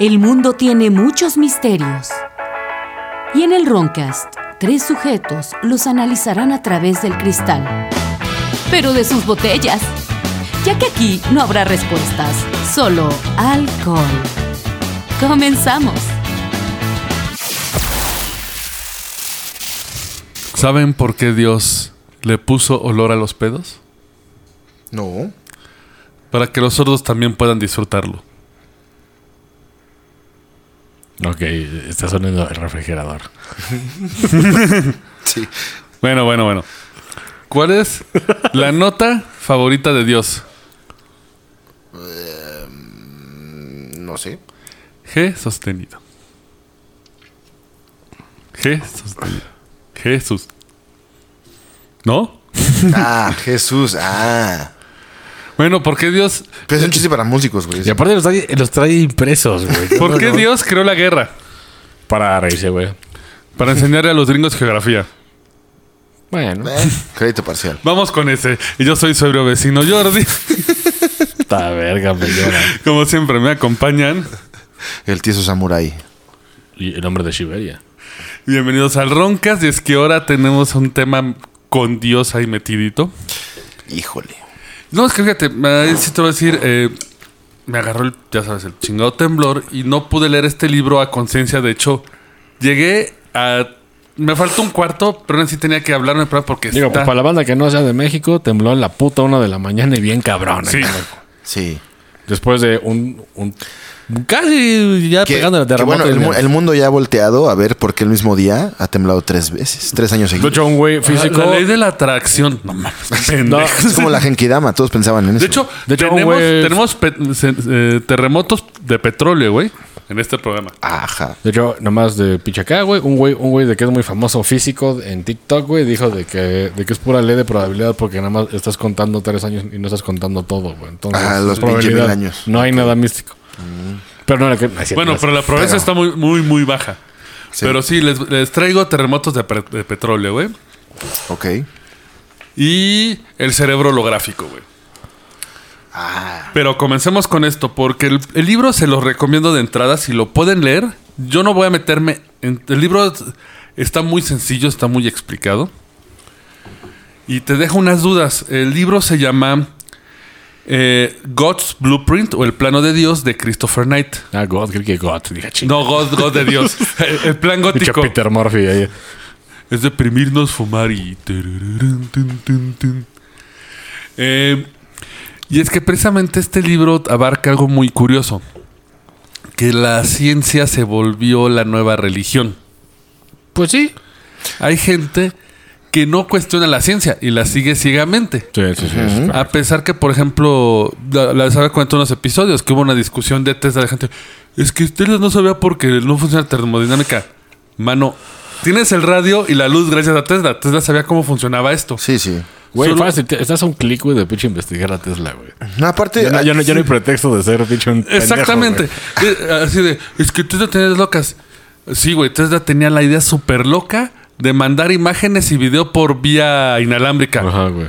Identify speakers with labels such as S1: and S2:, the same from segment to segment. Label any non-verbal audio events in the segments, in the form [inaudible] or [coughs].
S1: El mundo tiene muchos misterios. Y en el Roncast, tres sujetos los analizarán a través del cristal. Pero de sus botellas. Ya que aquí no habrá respuestas, solo alcohol. Comenzamos.
S2: ¿Saben por qué Dios le puso olor a los pedos?
S3: No.
S2: Para que los sordos también puedan disfrutarlo.
S4: Ok, está sonando el refrigerador.
S3: Sí.
S2: Bueno, bueno, bueno. ¿Cuál es
S4: [laughs]
S2: la nota favorita de Dios?
S3: No sé.
S2: G sostenido. G sostenido. Jesús. ¿No?
S3: Ah, [laughs] Jesús. Ah.
S2: Bueno, ¿por qué Dios,
S3: Pero es un chiste para músicos, güey.
S4: Y aparte los trae, los trae impresos, güey.
S2: por qué Dios creó la guerra?
S4: Para reírse, güey.
S2: Para enseñarle a los gringos geografía.
S4: Bueno,
S3: Eh, crédito parcial.
S2: Vamos con ese. Y yo soy sobrio vecino Jordi. [laughs]
S4: esta verga pues, me llora.
S2: Como siempre me acompañan.
S3: El tieso samurái.
S4: Y el hombre de Siberia.
S2: Bienvenidos al Roncas. Y es que ahora tenemos un tema con Dios ahí metidito.
S3: Híjole.
S2: No, es que fíjate, me, sí te voy a decir, eh, me agarró el, ya sabes, el chingado temblor y no pude leer este libro a conciencia. De hecho, llegué a... Me faltó un cuarto, pero aún así tenía que hablarme pero porque
S4: Digo,
S2: está...
S4: pues, para la banda que no sea de México, tembló en la puta una de la mañana y bien cabrón.
S2: Sí.
S4: ¿eh?
S3: Sí.
S4: Después de un, un- Casi ya
S3: Que-
S4: pegando el
S3: que
S4: terremoto.
S3: bueno, el,
S4: y-
S3: mu- el mundo ya ha volteado a ver por qué el mismo día ha temblado tres veces. Tres años
S4: De
S3: seguidos.
S4: hecho, un güey físico.
S2: La, la ley de la atracción. No mames, pendejo.
S4: No,
S3: Es [laughs] como la Genkidama. Todos pensaban en eso.
S2: De hecho,
S4: De hecho,
S2: tenemos,
S4: güey-
S2: tenemos pe- se- eh, terremotos de petróleo, güey, en este programa.
S3: Ajá.
S4: De hecho, nomás de Pichacá, güey, un güey, un güey de que es muy famoso físico en TikTok, güey, dijo de que, de que es pura ley de probabilidad porque nada más estás contando tres años y no estás contando todo, güey. Entonces,
S3: Ah, los
S4: es
S3: pinche mil
S4: probabilidad.
S3: años. Mm.
S4: No hay nada místico. Pero no, era que, no es cierto,
S2: Bueno,
S4: no es
S2: pero la proeza
S3: Pero-
S2: está muy, muy, muy baja.
S3: Sí.
S2: Pero sí, les, les traigo terremotos de, pre- de petróleo, güey.
S3: Ok.
S2: Y el cerebro holográfico, güey.
S3: Ah.
S2: Pero comencemos con esto, porque el, el libro se los recomiendo de entrada, si lo pueden leer. Yo no voy a meterme... en- el libro es- está muy sencillo, está muy explicado. Y te dejo unas dudas. El libro se llama eh, God's Blueprint o El Plano de Dios de Christopher Knight.
S4: Ah, God, creo que God, dije chingada.
S2: No, God, God de Dios. El- El plan
S4: Pinche
S2: gótico.
S4: Peter Murphy ahí.
S2: Es deprimirnos, fumar y... tarararán, tun, tun, tun. Eh, y es que precisamente este libro abarca algo muy curioso. Que la ciencia se volvió la nueva religión.
S4: Pues sí.
S2: Hay gente que no cuestiona la ciencia y la sigue ciegamente.
S4: Sí, sí, sí. sí.
S2: A pesar que, por ejemplo, la, la vez había comentado en unos episodios que hubo una discusión de Tesla de gente. Es que Tesla no sabía porque no funciona la termodinámica. Mano, tienes el radio y la luz gracias a Tesla. Tesla sabía cómo funcionaba esto.
S3: Sí, sí.
S4: Güey,
S2: Solo-
S4: fácil, te- estás a un clic, güey, de pinche investigar a Tesla, güey.
S3: No, aparte.
S4: Ya no, ya no-
S3: ah,
S4: ya no hay pretexto de ser pinche un pendejo,
S2: Exactamente. Eh, Así de, es que Tesla tenía ideas locas. Sí, güey, Tesla tenía la idea súper loca de mandar imágenes y video por vía inalámbrica.
S4: güey. Ajá, güey.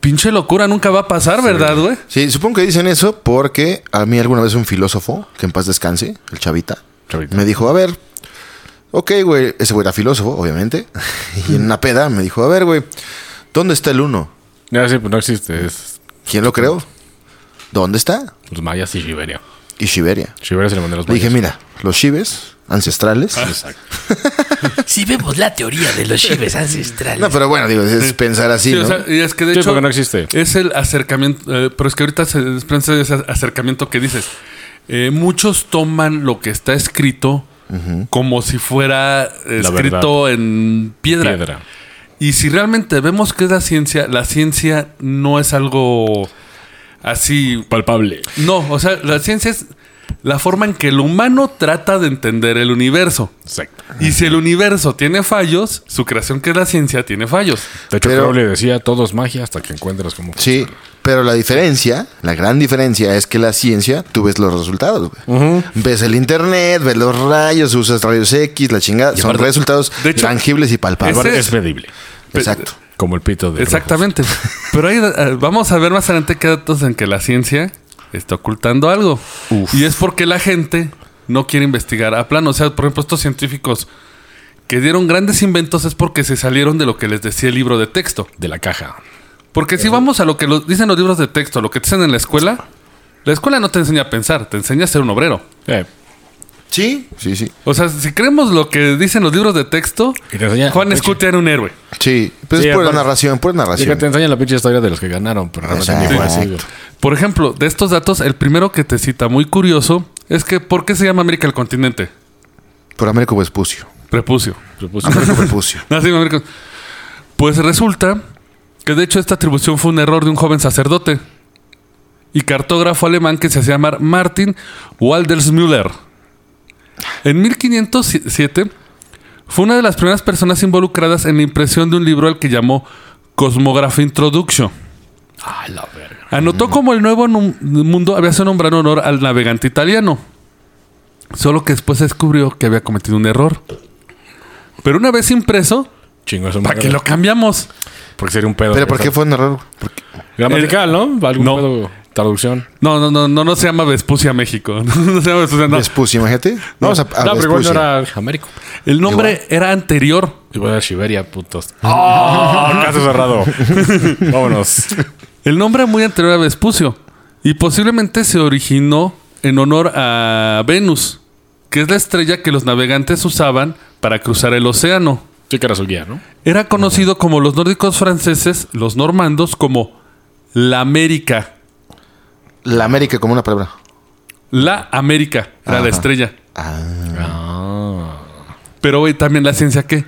S2: Pinche locura nunca va a pasar, ¿verdad, güey?
S3: Sí, supongo que dicen eso porque a mí alguna vez un filósofo, que en paz descanse, el Chavita,
S4: Chavita.
S3: me dijo, a ver, ok, güey, ese güey era filósofo, obviamente, [laughs] y en una peda me dijo, a ver, güey, ¿dónde está el uno?
S4: No, sí, pues no existe. Es pues,
S3: ¿Quién lo creó? ¿Dónde está?
S4: los mayas y Siberia.
S3: Y Siberia.
S4: Siberia se le mandó a los
S3: Le
S4: mayas.
S3: dije, mira, los chives ancestrales.
S2: Ah,
S5: Si vemos la teoría de los chives
S3: [laughs]
S5: ancestrales.
S3: No, pero bueno, digo, es pensar así,
S2: Sí,
S3: ¿no?
S2: o sea, y es que de
S4: Sí,
S2: hecho
S4: porque no existe.
S2: es el acercamiento, eh, pero es que ahorita se desprende ese acercamiento que dices. Eh, muchos toman lo que está escrito como si fuera escrito en piedra.
S4: Piedra.
S2: Y si realmente vemos que es la ciencia, la ciencia no es algo así.
S4: Palpable.
S2: No, o sea, la ciencia es la forma en que el humano trata de entender el universo.
S4: Exacto.
S2: Y si el universo tiene fallos, su creación que es la ciencia tiene fallos.
S4: De hecho,
S3: Pero-
S4: Crowley le decía, todo es magia hasta que encuentras como...
S3: Sí, pero la diferencia, la gran diferencia es que la ciencia, tú ves los resultados, güey. Ves el internet, ves los rayos, usas rayos X, la chingada. Son
S4: aparte-
S3: resultados
S2: de hecho,
S3: tangibles y
S4: Aparte,
S3: palpables.
S2: ese-
S4: es medible.
S3: Exacto.
S4: Como el pito de... [laughs]
S2: Exactamente. Pero ahí eh, vamos a ver más adelante qué datos en que la ciencia está ocultando algo. Y es porque la gente no quiere investigar. A plano, o sea, por ejemplo, estos científicos que dieron grandes inventos es porque se salieron de lo que les decía el libro de texto.
S4: de la caja.
S2: Porque si vamos a lo que lo- dicen los libros de texto, a lo que te dicen en la escuela, la escuela no te enseña a pensar, te enseña a ser un obrero.
S4: Eh,
S3: Sí, sí, sí.
S2: O sea, si creemos lo que dicen los libros de texto,
S4: Y te enseña-
S2: Juan
S4: Oye.
S2: Escutia era un héroe.
S3: Sí, pues
S4: Sí,
S3: es pura
S4: aparte-
S3: narración, pura
S4: y que te
S3: narración.
S4: enseñan la pinche historia de los que ganaron, pero realmente ni fue así. güey.
S3: Exacto.
S2: Por ejemplo, de estos datos, el primero que te cita muy curioso es que ¿por qué se llama América el continente?
S3: Por Américo Vespucio.
S2: Prepucio.
S4: Supuso.
S3: Américo Vespucio.
S2: No, sí, América- Pues resulta que de hecho esta atribución fue un error de un joven sacerdote y cartógrafo alemán que se hacía llamar Martin Waldelsmüller. En 1507 fue una de las primeras personas involucradas en la impresión de un libro al que llamó Cosmography Introduction.
S4: Ah, la verga.
S2: Anotó como el nuevo nu- mundo había sido nombrado en honor al navegante italiano. Solo que después se descubrió que había cometido un error. Pero una vez impreso,
S4: Chingo eso.
S2: ¿para qué lo cambiamos?
S4: Porque sería un pedo.
S3: Pero ¿por qué fue un error? ¿Por qué?
S4: Gramatical, ¿no? Algún
S2: No.
S4: pedo. Traducción.
S2: No, no, no, no, no se llama Vespucia México. [laughs] No se llama Vespucia, no.
S3: Vespucio, imagínate. Vamos a, a
S4: no, pero igual no
S3: Vespucio.
S4: era Américo.
S2: El nombre era anterior.
S4: Igual era Siberia,
S2: [laughs]
S4: putos.
S2: Ah,
S4: Caso cerrado. [laughs] Vámonos.
S2: El nombre muy anterior a Vespucio. Y posiblemente se originó en honor a Venus, que es la estrella que los navegantes usaban para cruzar el océano.
S4: Sí que era su guía, ¿no?
S2: Era conocido como los nórdicos franceses, los normandos, como la América.
S3: La América como una palabra.
S2: La América era la
S3: Ajá.
S2: estrella.
S3: Ah,
S2: Ah. Pero hoy también la ciencia que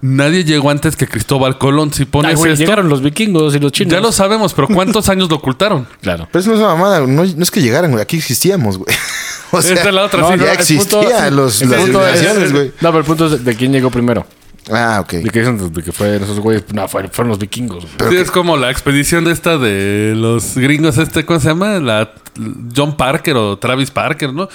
S2: nadie llegó antes que Cristóbal Colón. Si pones
S4: Ay, güey,
S2: esto,
S4: llegaron los vikingos y los chinos.
S2: ya lo sabemos, pero
S4: [laughs]
S2: ¿cuántos años lo ocultaron?
S4: Claro.
S3: pero eso no es una mamada. No, no es que llegaran, güey. Aquí existíamos, güey. [laughs] O sea,
S2: Esta es la otra, sí,
S3: ya
S2: no, el
S3: existía los,
S4: El
S3: las
S4: punto es-
S3: civilizaciones, güey.
S4: No, pero el punto es de quién llegó primero.
S3: Ah, ok.
S4: De que dicen pues, de que fueron esos güeyes. No, fueron, fueron los vikingos. güey.
S2: Sí, es como la expedición de esta de los gringos, este, ¿cómo se llama? La John Parker o Travis Parker, ¿no?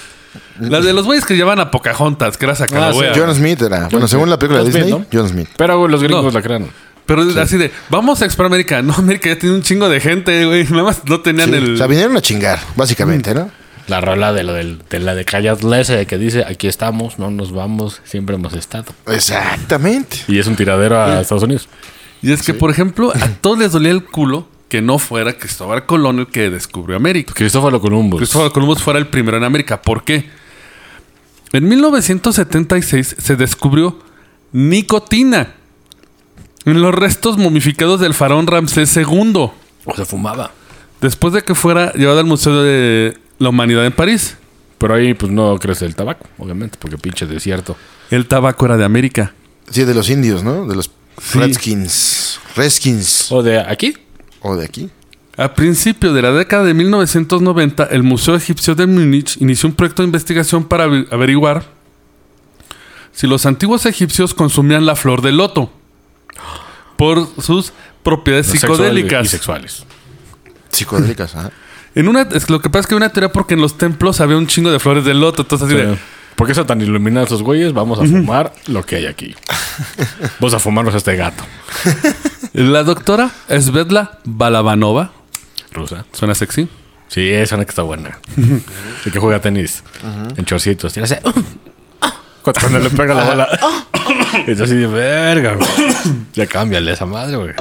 S2: La de los güeyes que llevan a Pocahontas, que era
S4: Ah, sí,
S2: Sacagawea.
S3: John Smith era. Bueno, según la película de
S4: John Smith,
S3: Disney,
S4: ¿no?
S3: John Smith.
S4: Pero güey, los gringos
S2: No.
S4: la crearon.
S2: Pero así de, vamos a explorar América. No, América ya tenía un chingo de gente, güey. Nada más no tenían
S3: Sí.
S2: el...
S3: O sea, vinieron a chingar, básicamente, ¿no?
S4: La rola de, lo del, de la de Callas Lese que dice: aquí estamos, no nos vamos, siempre hemos estado.
S3: Exactamente.
S4: Y es un tiradero a Estados Unidos.
S2: Y es que, por ejemplo, a todos les dolía el culo que no fuera Cristóbal Colón el que descubrió América.
S4: Cristófalo Pues Columbus.
S2: Cristóbal Colón fuera el primero en América. ¿Por qué? En 1976 se descubrió nicotina en los restos momificados del faraón Ramsés II,
S4: O sea, fumaba.
S2: después de que fuera llevado al Museo de la Humanidad en París.
S4: Pero ahí pues no crece el tabaco, obviamente, porque pinche desierto.
S2: El tabaco era de América.
S3: Sí, de los indios, ¿no? De los
S2: Sí.
S3: Redskins. Redskins.
S4: O de aquí.
S3: O de aquí.
S2: A principio de la década de 1990, el Museo Egipcio de Múnich inició un proyecto de investigación para aver- averiguar si los antiguos egipcios consumían la flor de loto por sus propiedades
S4: Y
S2: psicodélicas.
S4: sexuales.
S3: Psicodélicas, ah, ajá.
S2: En una, es que lo que pasa es que hay una teoría porque en los templos había un chingo de flores de loto. Entonces, así de,
S4: Porque eso tan iluminados esos güeyes, vamos a fumar lo que hay aquí. [laughs] vamos a fumarnos a este gato.
S2: la doctora Svetla Balabanova,
S4: Rusa.
S2: suena sexy,
S4: Sí, esa una que está buena. El que juega tenis. En chorcitos. Tiene ese- ah". Cuando le pega la bola. [laughs] Y tú así de verga, güey. Ya cámbiale esa madre, güey.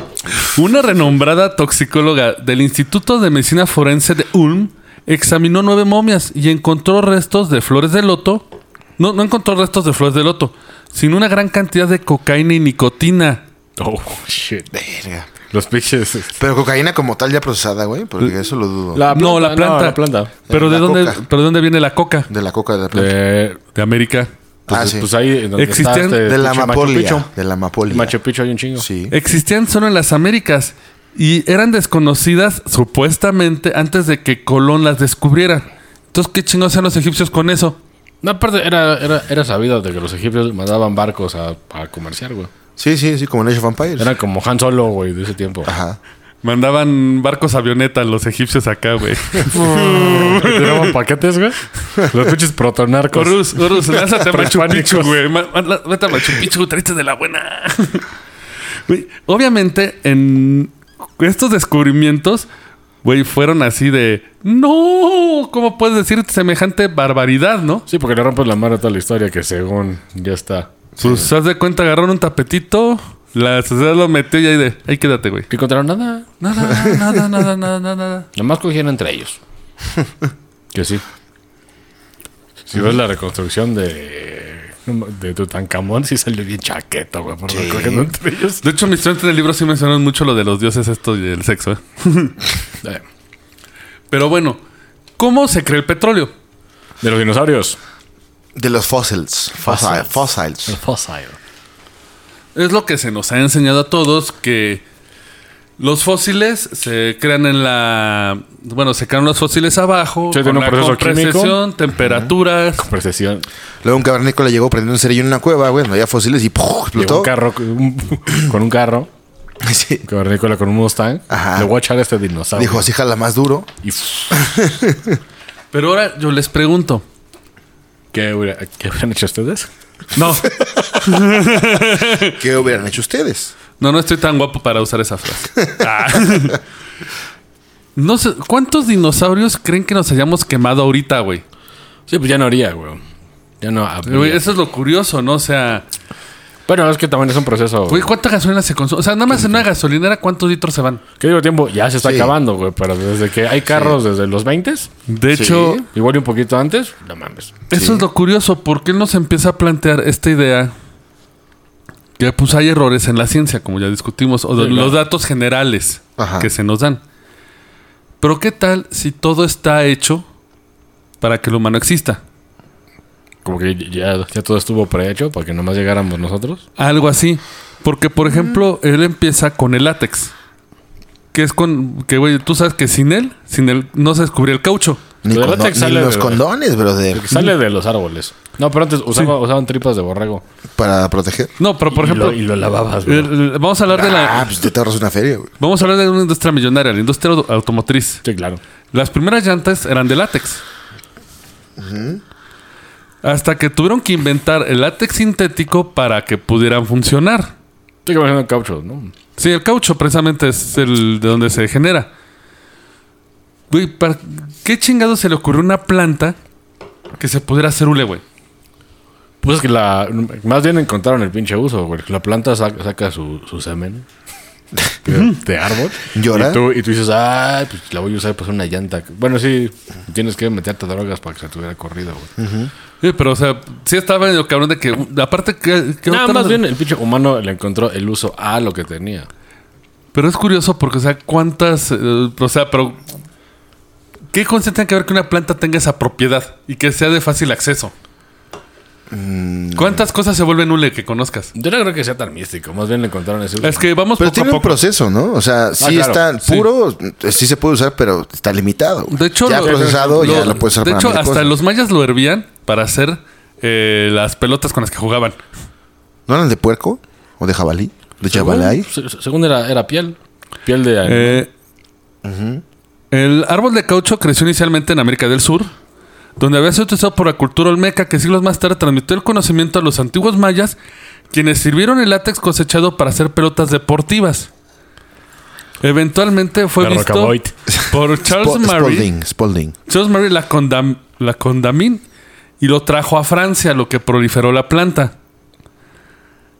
S2: Una renombrada toxicóloga del Instituto de Medicina Forense de Ulm examinó nueve momias y encontró restos de flores de loto. No, no encontró restos de flores de loto, sino una gran cantidad de cocaína y nicotina.
S4: Oh, shit.
S3: Verga.
S4: Los pinches.
S3: Pero cocaína como tal ya procesada, güey, porque eso lo dudo.
S2: no, la planta.
S4: la planta.
S2: Pero,
S3: La
S2: ¿de dónde,
S3: coca.
S2: pero ¿de dónde viene la coca?
S3: De la coca de la planta.
S4: Eh,
S2: De América.
S4: Pues,
S3: Ah, sí.
S4: pues ahí en donde
S2: Existían-
S4: está este
S3: de la
S4: pinche Machu Picchu.
S3: amapolia. De la
S4: En
S3: amapolia.
S4: Machu Picchu Eh. hay un chingo.
S3: Sí.
S2: Existían solo en las Américas y eran desconocidas supuestamente antes de que Colón las descubriera. Entonces, ¿qué chingados hacían los egipcios con eso?
S4: No, aparte era, era, era sabido de que los egipcios mandaban barcos a, a comerciar, güey.
S3: Sí, sí, sí, como en Age of Empires.
S4: Eran como Han Solo, güey, de ese tiempo.
S3: Ajá.
S2: Mandaban barcos avionetas los egipcios acá, güey.
S4: [laughs] Y Tiraban paquetes, güey. Los pinches protonarcos.
S2: Horus, [laughs] Horus, lánzate a Machu
S4: Prehispánicos.
S2: Picchu, güey. Ma- ma- Vete a Machu Picchu, traíste de la buena. Güey, Obviamente, en estos descubrimientos Güey, fueron así de. ¡No! ¿Cómo puedes decir semejante barbaridad, no?
S4: Sí, porque le rompes la madre a toda la historia que según ya está.
S2: Pues haz de cuenta, agarraron un tapetito. La sociedad lo metió y ahí de. Ahí quédate, güey.
S4: Que encontraron nada.
S2: Nada, nada, nada, nada, nada, nada.
S4: Nomás cogieron entre ellos. que sí. Si ves la reconstrucción de. De Tutankamón, sí salió bien chaqueto, güey. Por lo que cogieron entre ellos.
S2: De hecho, mis estudiantes en el libro sí mencionan mucho lo de los dioses esto y el sexo, ¿eh?
S4: Eh,
S2: Pero bueno, ¿cómo se crea el petróleo?
S4: De los dinosaurios.
S3: De los fósiles. Fósiles. Fósiles.
S4: fósil.
S2: Es lo que se nos ha enseñado a todos que los fósiles se crean en la. Bueno, se crean los fósiles abajo.
S4: Sí, tiene un
S2: la
S4: proceso
S2: compresión,
S4: químico.
S2: temperaturas.
S4: Precesión.
S3: Luego un cavernícola llegó prendiendo un cerillo en una cueva, güey. No había fósiles y ¡puf!
S4: Llegó
S3: explotó.
S4: un carro con un- [coughs] con un carro.
S3: [laughs] Sí.
S4: Un cavernícola con un Mustang.
S3: Ajá.
S4: Le voy a echar a este dinosaurio.
S3: Dijo, así jala más duro.
S4: Y uf,
S2: Pero ahora yo les pregunto.
S4: ¿qué, hubiera- qué hubieran hecho ustedes? [laughs]
S2: No,
S3: ¿Qué hubieran hecho ustedes?
S2: no, no estoy tan guapo para usar esa frase.
S4: [laughs]
S2: Ah. No sé, ¿cuántos dinosaurios creen que nos hayamos quemado ahorita, güey?
S4: Sí, pues ya no haría, güey. Ya no habría.
S2: Güey, Eso es lo curioso, ¿no? O sea,
S4: Bueno, es que también es un proceso.
S2: güey, ¿cuánta gasolina se consume? O sea, nada más en una gasolinera, ¿cuántos litros se van?
S4: ¿Qué digo tiempo? Ya se está
S3: Sí.
S4: acabando, güey. Pero desde que hay carros desde los 20,
S2: De
S3: Sí.
S2: hecho,
S4: igual y un poquito antes, no mames.
S2: Eso es lo curioso, ¿por qué no se empieza a plantear esta idea? Que pues hay errores en la ciencia, como ya discutimos, o de
S4: Sí,
S2: los
S4: claro.
S2: datos generales
S3: Ajá.
S2: que se nos dan. Pero ¿qué tal si todo está hecho para que el humano exista?
S4: Como que ya, ya todo estuvo prehecho para que nomás llegáramos nosotros.
S2: Algo así. Porque, por ejemplo, él empieza con el látex. Que es con... Que, güey, tú sabes que sin él, sin él no se descubría el caucho.
S3: Ni,
S4: Lo de
S3: condo-
S4: látex
S3: ni
S4: sale
S3: los
S4: de-
S3: condones, brother.
S4: Que sale de los árboles. No, pero antes usaba- usaban tripas de borrego.
S3: Para proteger.
S2: No, pero por
S4: Y
S2: ejemplo... eh,
S4: lo- y lo lavabas, güey.
S2: el- el- vamos a hablar de la...
S3: Ah, pues tú te ahorras una feria, güey.
S2: Vamos a hablar de una industria millonaria, la industria auto- automotriz.
S4: Sí, claro.
S2: Las primeras llantas eran de látex. Hasta que tuvieron que inventar el látex sintético para que pudieran funcionar.
S4: Estoy imaginando caucho, ¿no?
S2: Sí, el caucho precisamente es el de donde se genera. Güey, ¿para qué chingado se le ocurrió a una planta que se pudiera hacer hule, güey?
S4: Pues es que la. Más bien encontraron el pinche uso, güey. La planta sa- saca su,
S3: [laughs]
S4: su semen de de árbol.
S3: Llora.
S4: Y tú, y tú dices, ay, pues la voy a usar para hacer una llanta. Bueno, sí, tienes que meterte drogas para que se tuviera corrido, güey.
S2: Sí, pero, o sea, sí estaba medio cabrón de que. Aparte, que. que
S4: Nada
S2: otra-
S4: más bien el pinche humano le encontró el uso a lo que tenía.
S2: Pero es curioso porque, o sea, cuántas. eh, o sea, pero. ¿Qué concepto tiene que ver que una planta tenga esa propiedad y que sea de fácil acceso?
S3: Mm.
S2: ¿Cuántas cosas se vuelven hule que conozcas?
S4: Yo no creo que sea tan místico, más bien le encontraron ese uso.
S2: Es que vamos poco
S3: Pero
S2: a
S3: tiene un
S2: poco. Ah,
S3: proceso, ¿no? O sea, sí
S4: claro,
S3: está puro, sí. se puede usar, pero está limitado. güey.
S2: De hecho,
S3: ya
S2: lo-
S3: procesado, ya lo puedes usar
S2: De
S3: para
S2: hecho,
S3: mil
S2: hasta
S3: cosas.
S2: los mayas lo hervían para hacer eh, las pelotas con las que jugaban.
S3: ¿No eran de puerco? ¿O de jabalí? ¿De chavalay?
S4: Se- se- Según era, era piel. Piel de.
S2: Eh, El árbol de caucho creció inicialmente en América del Sur, donde había sido utilizado por la cultura olmeca que siglos más tarde transmitió el conocimiento a los antiguos mayas, quienes sirvieron el látex cosechado para hacer pelotas deportivas. Eventualmente fue
S4: La
S2: visto
S4: Rocaboite.
S2: por Charles
S3: Spo-
S2: Murray.
S3: Spalding, Spalding.
S2: Charles Murray la, condam- la condamín y lo trajo a Francia, lo que proliferó la planta.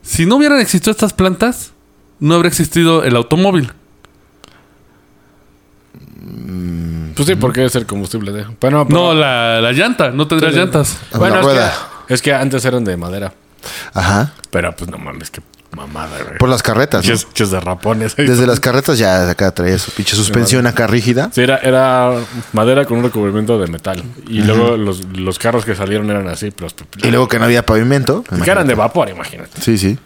S2: Si no hubieran existido estas plantas, no habría existido el automóvil.
S4: Pues sí, porque es el combustible de. Bueno, pero-
S2: No, la, la llanta, no tendría
S4: Sí, sí.
S2: llantas.
S3: Ah, La
S4: bueno, es
S3: rueda.
S4: que, es que antes eran de madera.
S3: Ajá.
S4: Pero pues no mames, qué mamada, güey.
S3: Por las carretas. ¿no?
S4: Chis, chis de rapones. [laughs]
S3: Desde las carretas ya acá traía su pinche suspensión acá rígida.
S4: Sí, era, era madera con un recubrimiento de metal. Y luego los, los carros que salieron eran así, pero pues,
S3: Y luego que no había pavimento.
S4: que eran de vapor, imagínate.
S3: Sí, sí.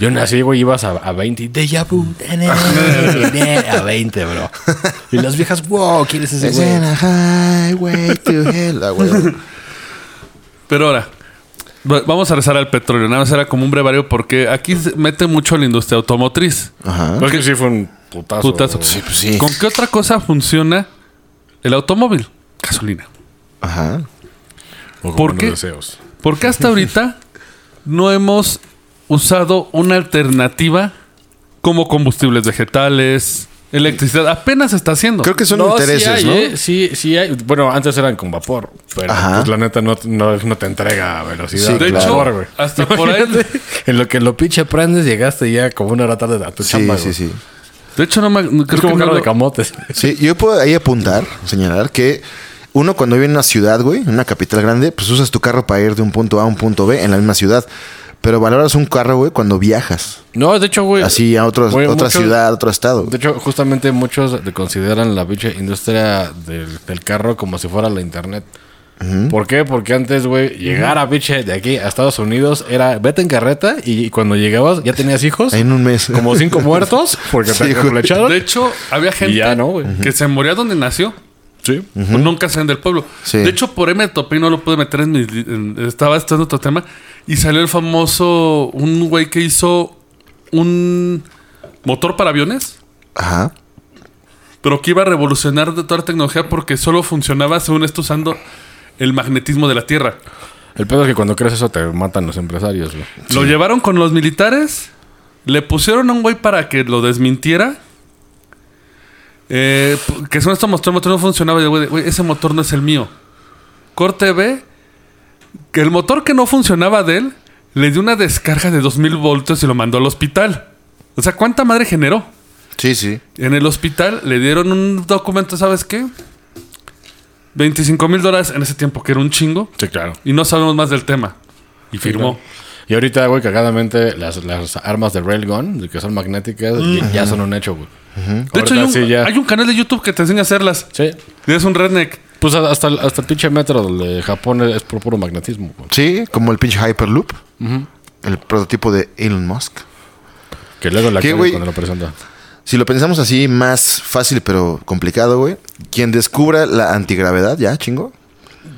S4: Yo nací, güey, ibas a, a 20 y de
S5: Deja vu. A 20, bro. Y las viejas, wow, ¿quién es ese
S3: Es
S5: güey?
S3: en a highway to hell. Ah, Este güey.
S2: Pero ahora, va- vamos a rezar al petróleo. Nada más era como un brevario porque aquí se mete mucho la industria automotriz.
S3: Ajá.
S4: Pues que sí fue un putazo.
S2: Putazo.
S4: güey.
S3: pues sí.
S2: ¿Con qué otra cosa funciona el automóvil? Gasolina.
S3: Ajá.
S4: O con
S2: ¿Por
S4: buenos
S2: qué?
S4: deseos.
S2: ¿Por qué hasta ahorita no hemos usado una alternativa como combustibles vegetales, Electricidad apenas está haciendo.
S3: Creo que son
S4: No,
S3: intereses,
S4: sí hay,
S3: ¿no?
S4: ¿eh? Sí, sí hay. Bueno, antes eran con vapor, pero
S3: Ajá.
S4: pues, la neta no, no, no te entrega velocidad.
S3: Sí,
S4: de
S3: claro.
S4: vapor, güey.
S2: Hasta por ahí-
S4: Imagínate, [laughs] En lo que lo pinche prendes, llegaste ya como una hora tarde a tu
S3: Sí,
S4: chamba.
S3: sí, sí.
S2: De hecho, no me. no-
S4: Creo
S2: Creo
S4: es como
S2: que
S4: que
S2: no
S4: de
S2: lo-
S4: camotes.
S3: Sí, yo puedo ahí apuntar, señalar que uno cuando vive en una ciudad, güey, en una capital grande, pues usas tu carro para ir de un punto A a un punto B en la misma ciudad. Pero valoras un carro, güey, cuando viajas.
S4: No, de hecho, güey.
S3: Así a otro-
S4: güey,
S3: otra
S4: muchos-
S3: ciudad, otro estado.
S4: De
S3: güey.
S4: hecho, justamente muchos le consideran la pinche industria del, del carro como si fuera la internet. ¿Por qué? Porque antes, güey, llegar a pinche de aquí a Estados Unidos era vete en carreta y, cuando llegabas ya tenías hijos.
S3: En un mes.
S4: Como cinco muertos porque
S3: Sí,
S4: te
S3: güey.
S4: flecharon.
S2: De hecho, había gente
S4: Y ya, ¿no, güey?
S2: que se moría donde nació.
S4: Sí.
S2: Pues Nunca salen del pueblo.
S3: Sí.
S2: De hecho, por ahí me topé y no lo pude meter en mi. li- en- estaba estudiando otro tema. Y salió el famoso. Un güey que hizo un motor para aviones.
S3: [laughs] Ajá.
S2: Pero que iba a revolucionar de toda la tecnología porque solo funcionaba, según esto, usando el magnetismo de la Tierra.
S4: El pedo es que cuando crees eso te matan los empresarios, güey.
S2: Lo llevaron con los militares. Le pusieron a un güey para que lo desmintiera. Eh, p- que son estos motor, el motor no funcionaba. Y el güey, de, "Güey, ese motor no es el mío. Corte B. Que el motor que no funcionaba de él le dio una descarga de 2000 voltios y lo mandó al hospital. O sea, ¿cuánta madre generó?
S3: Sí, sí.
S2: En el hospital le dieron un documento, ¿sabes qué? 25 mil dólares en ese tiempo, que era un chingo.
S4: Sí, claro.
S2: Y no sabemos más del tema. Y firmó.
S4: Y ahorita, güey, cagadamente las, las armas de Railgun, que son magnéticas, ya- ya son un hecho, güey.
S2: De hecho,
S4: Ahorita
S2: hay un,
S4: sí ya.
S2: hay un canal de YouTube que te enseña a hacerlas.
S4: Sí.
S2: Es un redneck.
S4: Pues a- hasta, el- hasta el pinche metro de Japón es por puro magnetismo, güey.
S3: Sí, como el pinche Hyperloop. El prototipo de Elon Musk.
S4: Que luego la
S3: ¿Qué,
S4: caga
S3: güey?
S4: cuando lo presenta.
S3: Si lo pensamos así, más fácil pero complicado, güey. Quien descubra la antigravedad, ya, chingo.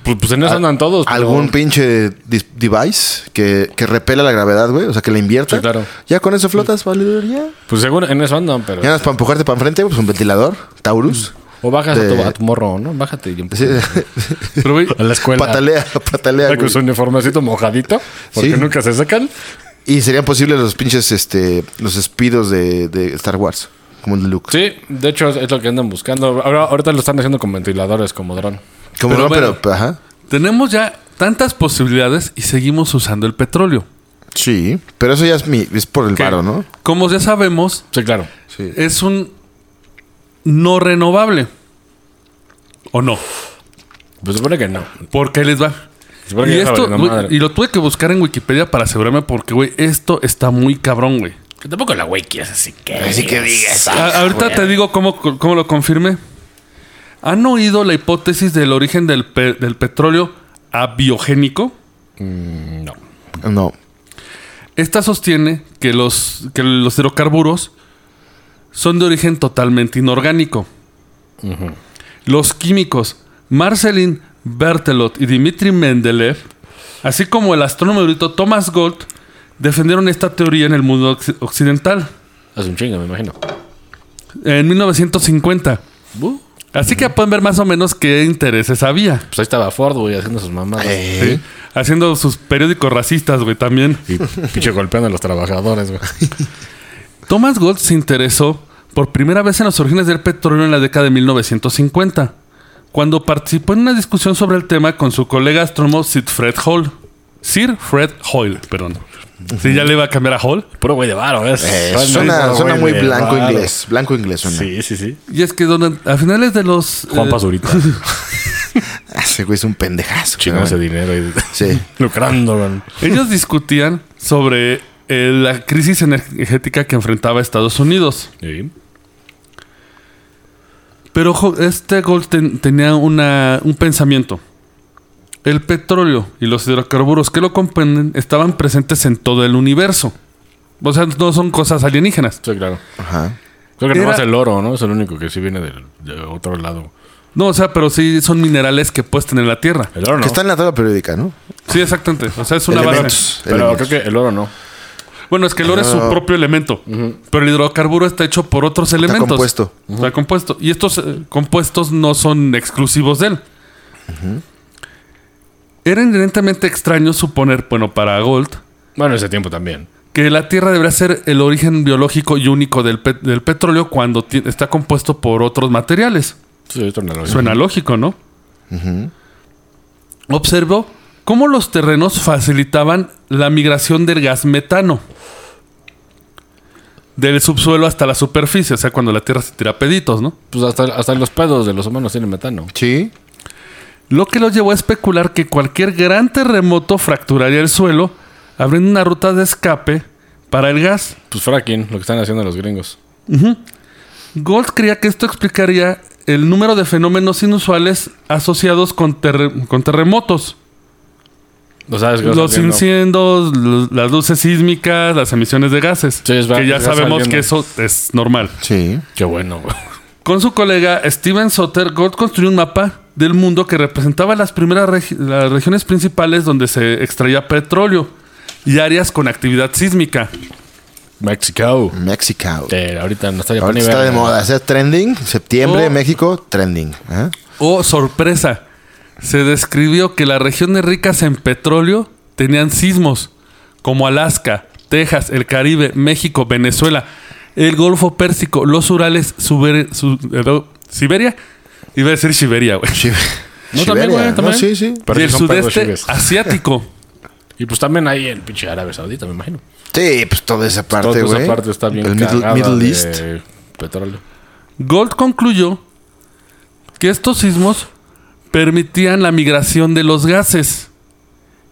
S4: Pues, pues en eso andan todos. pero-
S3: Algún pinche dis- device que, que repela la gravedad, güey. O sea, que la invierta.
S4: Sí, claro.
S3: Ya con eso flotas, vale, ya.
S4: Pues seguro en eso andan, pero.
S3: Ya nada más para empujarte para enfrente, pues un ventilador, Taurus.
S4: O bajas a,
S3: De-
S4: tu, a tu morro, ¿no? Bájate y [laughs]
S3: Sí.
S4: empuja.
S2: Pero,
S4: [laughs]
S2: güey,
S4: a la escuela.
S3: patalea, [laughs] patalea.
S4: Ya
S3: güey.
S4: Con su uniformecito mojadito, porque
S3: Sí.
S4: nunca se sacan.
S3: Y serían posibles los pinches, este, los espidos de, de Star Wars, como el de Luke.
S4: Sí, de hecho es, es lo que andan buscando. Ahora, ahorita lo están haciendo con ventiladores como dron.
S3: Como
S2: Pero
S3: no,
S2: bueno.
S3: pero, ajá.
S2: tenemos ya tantas posibilidades y seguimos usando el petróleo.
S3: Sí, pero eso ya es, mi, es por el
S2: Que,
S3: paro, ¿no?
S2: Como ya sabemos,
S4: Sí, claro.
S2: es un no renovable. ¿O no?
S4: Pues supone que no.
S2: Porque les va.
S4: Supongo que
S2: y
S4: ya
S2: esto,
S4: valiendo
S2: güey,
S4: madre.
S2: y lo tuve que buscar en Wikipedia para asegurarme porque, güey, esto está muy cabrón, güey.
S5: Que tampoco la güey quieres así que. Así que digas. "Ah,
S2: A- ahorita te digo cómo, cómo lo confirmé. ¿Han oído la hipótesis del origen del, pe- del petróleo abiogénico?
S3: No.
S2: Esta sostiene que los, que los hidrocarburos son de origen totalmente inorgánico. Los químicos Marcelin Berthelot y Dmitry Mendeleev, así como el astrónomo erudito Thomas Gold, defendieron esta teoría en el mundo occ- occidental
S4: Hace un chingo, me imagino.
S2: en 1950. Así que pueden ver más o menos qué intereses había.
S4: Pues ahí estaba Ford, güey, haciendo sus mamadas.
S3: Eh.
S2: ¿sí? Haciendo sus periódicos racistas, güey, también.
S4: Y pinche golpeando a los trabajadores, güey.
S2: Thomas Gold se interesó por primera vez en los orígenes del petróleo en la década de 1950, cuando participó en una discusión sobre el tema con su colega astrónomo Sir Fred Hall. Sir Fred Hoyle, perdón. Sí, ya le iba a cambiar a Hall.
S4: Puro güey de varo, ¿ves?
S3: Eh,
S4: Suena-
S3: suena
S4: güey
S3: suena muy
S4: de
S3: blanco
S4: varo.
S3: inglés. Blanco inglés suena.
S4: Sí,
S3: [laughs]
S4: sí, sí.
S2: Y es que donde- a finales de los...
S4: Juan
S2: eh,
S4: Pazurita.
S3: Ah, Ese güey es un pendejazo.
S4: Chingando
S3: pero
S4: ese
S3: bueno.
S4: dinero y
S3: Sí.
S4: [laughs] lucrando, güey.
S2: Ellos discutían sobre eh, la crisis energética que enfrentaba Estados Unidos.
S4: Sí.
S2: Pero ojo, este Gold ten- tenía una- un pensamiento. El petróleo y los hidrocarburos que lo comprenden estaban presentes en todo el universo. O sea, no son cosas alienígenas.
S4: Sí, claro.
S3: Ajá.
S4: Creo que
S2: Era-
S4: nomás el oro, ¿no? Es el único que sí viene del- de, otro lado.
S2: No, o sea, pero sí son minerales que puedes tener en la Tierra.
S4: El oro no.
S3: Que está en la tabla periódica, ¿no?
S2: Sí, exactamente. O sea, es una base.
S3: Elementos.
S4: Pero
S3: elementos.
S4: creo que el oro no.
S2: Bueno, es que el oro es su propio elemento. Pero el hidrocarburo está hecho por otros elementos.
S3: compuesto.
S2: Está compuesto. Y estos eh, compuestos no son exclusivos de él. Era inherentemente extraño suponer, bueno, para Gold,
S4: Bueno, ese tiempo también.
S2: que la Tierra debería ser el origen biológico y único del, pet- del petróleo cuando ti- está compuesto por otros materiales.
S4: Sí, esto no lo vi.
S2: Suena lógico, ¿no? Observó cómo los terrenos facilitaban la migración del gas metano del subsuelo hasta la superficie, o sea, cuando la Tierra se tira a peditos, ¿no?
S4: Pues hasta, hasta los pedos de los humanos tienen metano.
S3: Sí.
S2: Lo que los llevó a especular que cualquier gran terremoto fracturaría el suelo, abriendo una ruta de escape para el gas.
S4: Pues fracking, lo que están haciendo los gringos.
S2: Gold creía que esto explicaría el número de fenómenos inusuales asociados con, terre- con terremotos.
S4: O sea, es que lo
S2: Los
S4: están haciendo.
S2: incendios, los- las luces sísmicas, las emisiones de gases.
S4: Sí, es verdad,
S2: que ya
S4: ya
S2: sabemos
S4: saliendo.
S2: que eso es normal.
S3: Sí.
S4: Qué bueno, [laughs] güey.
S2: Con su colega Steven Sotter, Gold construyó un mapa del mundo que representaba las primeras regi- las regiones principales donde se extraía petróleo y áreas con actividad sísmica.
S4: Mexico.
S3: Mexico.
S4: Te- ahorita no está
S3: Mm. Ahorita está de moda. Hacer trending. Septiembre,
S2: Oh.
S3: México, trending. ¿eh? Ajá.
S2: Oh, sorpresa. Se describió que las regiones ricas en petróleo tenían sismos, como Alaska, Texas, el Caribe, México, Venezuela, el Golfo Pérsico, los Urales, Suber- Su- eh, no, Siberia. Iba a decir Siberia, güey.
S3: Sí.
S4: No,
S3: Siberia.
S4: también, güey, también.
S3: No, sí, sí.
S2: y
S4: Pero sí
S2: el
S4: son pedos
S2: sudeste
S3: [laughs]
S4: chingues.
S2: asiático.
S4: Y pues también hay el pinche Árabe Saudita, me imagino.
S3: Sí, pues toda esa parte,
S4: Toda
S3: güey.
S4: esa parte está bien
S3: El Middle,
S4: cagada
S3: Middle
S4: de
S3: East.
S4: petróleo.
S2: Gold concluyó que estos sismos permitían la migración de los gases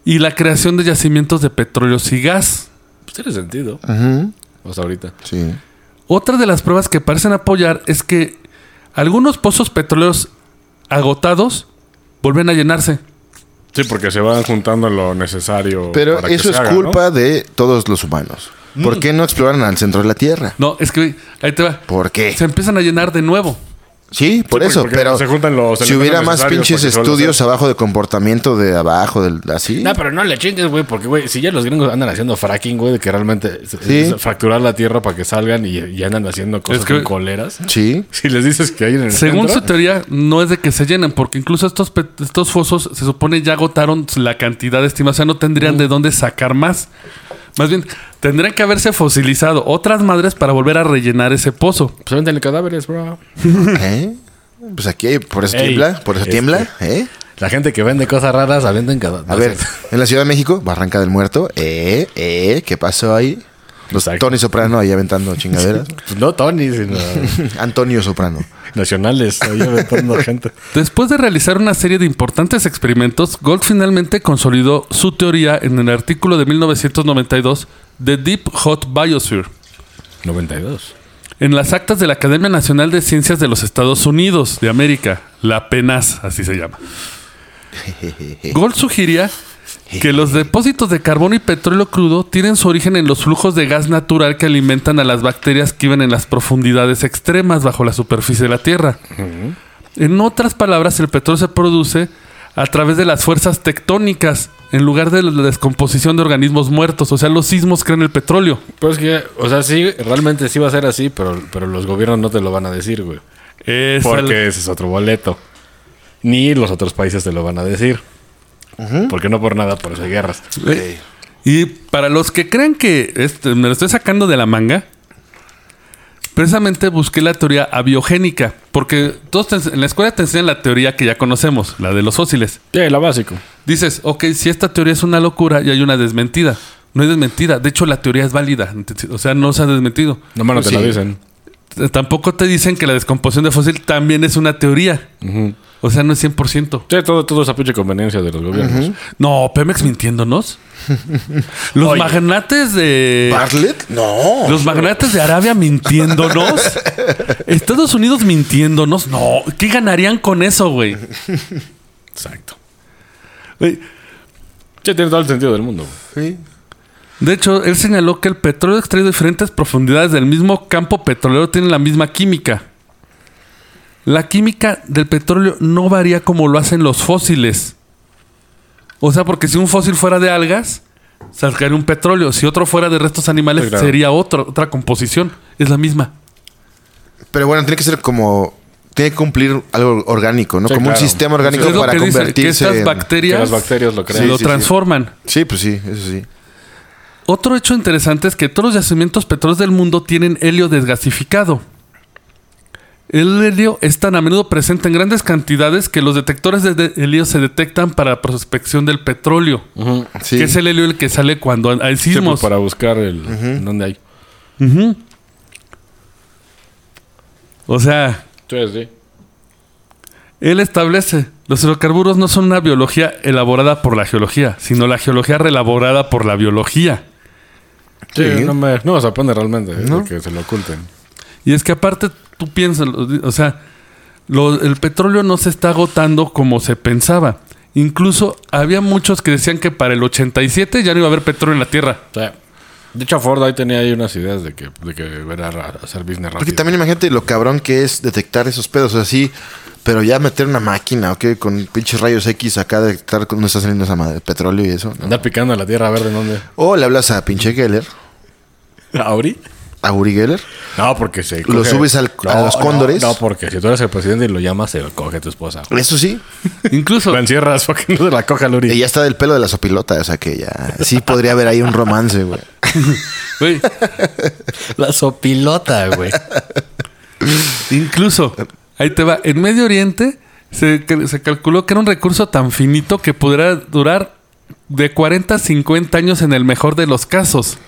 S2: y la creación de yacimientos de petróleos y gas.
S4: Pues tiene sentido.
S3: Ujú.
S4: O sea, ahorita.
S3: Sí.
S2: Otra de las pruebas que parecen apoyar es que algunos pozos petroleros agotados vuelven a llenarse.
S6: Sí, porque se van juntando lo necesario.
S3: Pero
S6: para que
S3: eso
S6: se
S3: es
S6: haga, ¿no?
S3: culpa de todos los humanos.
S4: Mm.
S3: ¿Por qué no exploran al centro de la Tierra?
S2: No, es que ahí te va.
S3: ¿Por qué?
S2: Se empiezan a llenar de nuevo.
S3: Sí, por
S6: porque-
S3: eso,
S6: porque
S3: pero
S6: se juntan los
S3: si hubiera
S6: elementos
S3: más
S6: necesarios
S3: pinches
S6: para que solo
S3: estudios
S6: sea-
S3: abajo de comportamiento de abajo, del, así.
S4: No, pero no le chingues, güey, porque, güey, si ya los gringos andan haciendo fracking, güey, de que realmente es-
S3: Sí.
S4: es fracturar la tierra para que salgan y, y andan haciendo cosas
S2: Es que-
S4: con coleras. [laughs]
S3: Sí,
S4: Si les dices que hay en el
S2: Según su
S4: centro,
S2: teoría, no es de que se llenen, porque incluso estos, pe- estos fosos se supone ya agotaron la cantidad estimada. O sea, no
S4: Mm.
S2: tendrían de dónde sacar más. Más bien, tendrían que haberse fosilizado otras madres para volver a rellenar ese pozo.
S4: pues venden cadáveres, bro.
S3: ¿eh? Pues aquí hay- por eso
S4: Ey,
S3: tiembla, por eso
S4: este-
S3: tiembla, ¿eh?
S4: La gente que vende cosas raras venden cadáveres.
S3: A
S4: [laughs]
S3: ver, en la Ciudad de México, Barranca del Muerto, ¿eh? ¿eh? ¿Qué pasó ahí? Los
S4: Exacto.
S3: Tony Soprano ahí aventando chingaderas.
S4: Pues, no Tony, sino
S3: [laughs] Antonio Soprano.
S4: nacionales, ahí aventando gente.
S2: Después de realizar una serie de importantes experimentos, Gold finalmente consolidó su teoría en el artículo de 1992 de Deep Hot Biosphere
S4: 92.
S2: en las actas de la Academia Nacional de Ciencias de los Estados Unidos de América, la PENAS, así se llama. Gold sugería que los depósitos de carbono y petróleo crudo tienen su origen en los flujos de gas natural que alimentan a las bacterias que viven en las profundidades extremas bajo la superficie de la Tierra. En otras palabras, el petróleo se produce a través de las fuerzas tectónicas en lugar de la descomposición de organismos muertos, o sea, los sismos crean el petróleo.
S4: Pero es Pues que, o sea, sí, realmente sí va a ser así, pero, pero los gobiernos no te lo van a decir, güey.
S2: Es al-
S4: Porque ese es otro boleto. Ni los otros países te lo van a decir. Porque no por nada, por eso hay guerras.
S2: Eh, Y para los que crean que este, me lo estoy sacando de la manga, precisamente busqué la teoría abiogénica, porque todos te ens- en la escuela te enseñan la teoría que ya conocemos, la de los fósiles.
S4: Sí, lo básico.
S2: Dices, ok, si esta teoría es una locura y hay una desmentida. No es desmentida, de hecho la teoría es válida, o sea, no se ha desmentido.
S4: No me lo
S3: Pues
S4: te lo
S3: sí.
S4: dicen.
S2: T- Tampoco te dicen que la descomposición de fósil también es una teoría. O sea, no es 100%.
S4: Sí, todo, todo esa pinche conveniencia de los gobiernos.
S2: No, Pemex mintiéndonos. Los magnates de...
S3: ¿Bartlett? No.
S2: Los magnates de Arabia mintiéndonos. Estados Unidos mintiéndonos. No, ¿qué ganarían con eso, güey?
S4: Exacto.
S2: Güey,
S4: Sí, tiene todo el sentido del mundo. güey.
S3: Sí.
S2: De hecho, él señaló que el petróleo extraído de diferentes profundidades del mismo campo petrolero tiene la misma química. La química del petróleo no varía como lo hacen los fósiles. O sea, porque si un fósil fuera de algas, sacaría un petróleo. Si otro fuera de restos animales,
S4: Sí, claro.
S2: sería otro- otra composición. Es la misma.
S3: Pero bueno, tiene que ser como. Tiene que cumplir algo orgánico, ¿no?
S4: Sí,
S3: como
S4: claro.
S3: un sistema orgánico
S2: es lo
S3: para
S2: que dice, que
S3: convertirse.
S2: estas
S3: en-
S2: bacterias,
S4: Que las bacterias
S2: se
S4: lo crean.
S2: lo
S3: Sí, sí, sí.
S2: transforman.
S3: Sí, pues sí, eso sí.
S2: Otro hecho interesante es que todos los yacimientos petróleos del mundo tienen helio desgasificado. El helio es tan a menudo presente en grandes cantidades que los detectores de de helio se detectan para la prospección del petróleo,
S3: Sí.
S2: que es el helio el que sale cuando hay
S6: Sí, pues,
S2: sismos.
S6: para buscar el dónde hay.
S2: Ujú. O sea,
S6: Entonces, sí.
S2: Él establece, los hidrocarburos no son una biología elaborada por la geología, sino la geología reelaborada por la biología.
S4: Sí,
S3: Sí.
S4: No, me, no me sorprende realmente de que se lo oculten.
S2: Y es que aparte, tú piensas, o sea, lo- el petróleo no se está agotando como se pensaba. Incluso había muchos que decían que para el 87 ya no iba a haber petróleo en la Tierra.
S4: O sea, de hecho, Ford ahí tenía ahí unas ideas de que, de que era ra- hacer business
S3: Porque
S4: rápido.
S3: también imagínate lo cabrón que es detectar esos pedos así, pero ya meter una máquina, ¿ok? Con pinches rayos X acá detectar cuando está saliendo esa madre, petróleo y eso. ¿no?
S4: Andar picando a la tierra a ver de dónde.
S3: O le hablas a pinche Geller,
S4: [laughs] ¿Auri?
S3: a Uri Geller.
S4: No, porque se.
S3: Lo subes al- a los cóndores.
S4: No, porque si tú eres el presidente y lo llamas, se lo coge tu esposa.
S3: Eso sí,
S2: Incluso,
S4: [laughs] Lo encierras para que no se la coja el Uri.
S3: ella está del pelo de la sopilota, o sea que ya sí podría haber ahí un romance, güey.
S2: güey,
S4: La sopilota, güey.
S2: incluso, ahí te va, en Medio Oriente se, cal- se calculó que era un recurso tan finito que pudiera durar de 40 a 50 años en el mejor de los casos.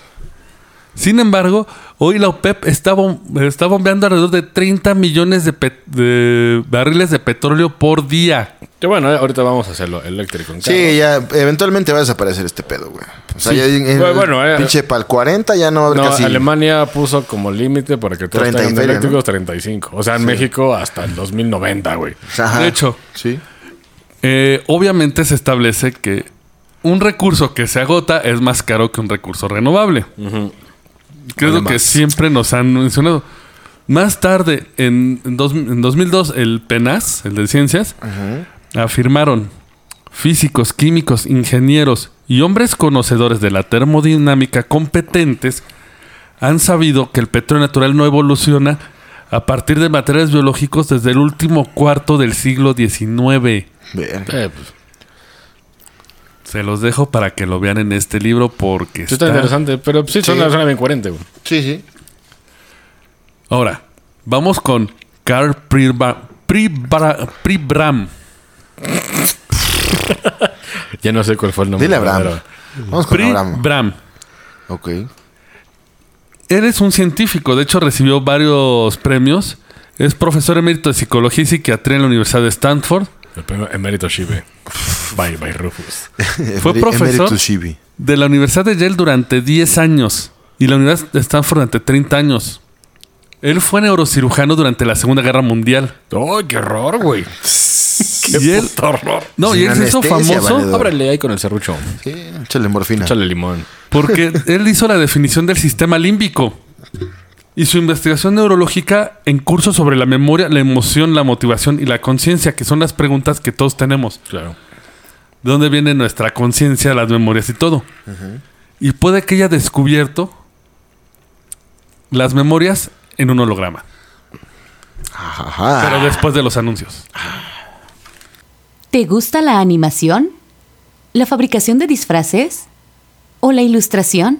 S2: Sin embargo, hoy la OPEP está, bom- está bombeando alrededor de 30 millones de, pet- de barriles de petróleo por día.
S4: Que bueno, eh, ahorita vamos a hacerlo eléctrico. en
S3: Sí, ya eventualmente va a desaparecer este pedo, güey. O sea, ya en- en-
S4: Bueno, bueno, eh,
S3: pinche para el 40 ya no va a haber
S4: No,
S3: casi.
S4: Alemania puso como límite para que todos
S3: 30 y
S4: tengan
S3: feria,
S4: eléctricos 35. O sea, en México hasta el 2090, güey.
S3: Ajá.
S2: De hecho.
S3: sí.
S2: Eh, obviamente se establece que un recurso que se agota es más caro que un recurso renovable. Que es lo que siempre nos han mencionado. Más tarde, en, dos- en 2002, el PENAS, el de Ciencias, afirmaron físicos, químicos, ingenieros y hombres conocedores de la termodinámica competentes han sabido que el petróleo natural no evoluciona a partir de materiales biológicos desde el último cuarto del siglo XIX.
S3: Ver.
S4: Eh, pues,
S2: Se los dejo para que lo vean en este libro porque
S4: sí está,
S2: está...
S4: interesante, pero pues, sí, son
S3: Sí.
S4: una zona bien coherente, güey.
S3: Sí, sí.
S2: Ahora, vamos con Carl Pribram. Pribram.
S4: Ya no sé cuál fue el nombre.
S3: Dile a Abraham.
S4: verdadero.
S3: Vamos con Abraham.
S2: Pribram.
S3: Ok. [laughs]
S2: Él es un científico, de hecho recibió varios premios. Es profesor emérito de psicología y psiquiatría en la Universidad de Stanford.
S4: El primer emérito Shibe. Bye, bye, Rufus.
S2: Fue
S3: Emeri-
S2: profesor.
S3: Emeritus Shibi.
S2: De la Universidad de Yale durante 10 años y la Universidad de Stanford durante 30 años. Él fue neurocirujano durante la Segunda Guerra Mundial.
S4: ¡Ay, qué horror,
S3: [laughs]
S4: güey! ¡Qué
S2: Y él-
S4: puto horror!
S2: No,
S3: Sin
S2: y él se hizo
S3: anestesia,
S2: famoso
S3: valedor.
S4: Ábrele ahí con el serrucho.
S3: Sí, échale morfina.
S4: Échale limón.
S2: Porque [laughs] él hizo la definición del sistema límbico. Y su investigación neurológica en curso sobre la memoria, la emoción, la motivación y la conciencia, que son las preguntas que todos tenemos.
S4: Claro.
S2: ¿De dónde viene nuestra conciencia, las memorias y todo? Y puede que haya descubierto las memorias en un holograma,
S3: Ajá.
S2: pero después de los anuncios.
S1: ¿Te gusta la animación? ¿La fabricación de disfraces? ¿O la ilustración?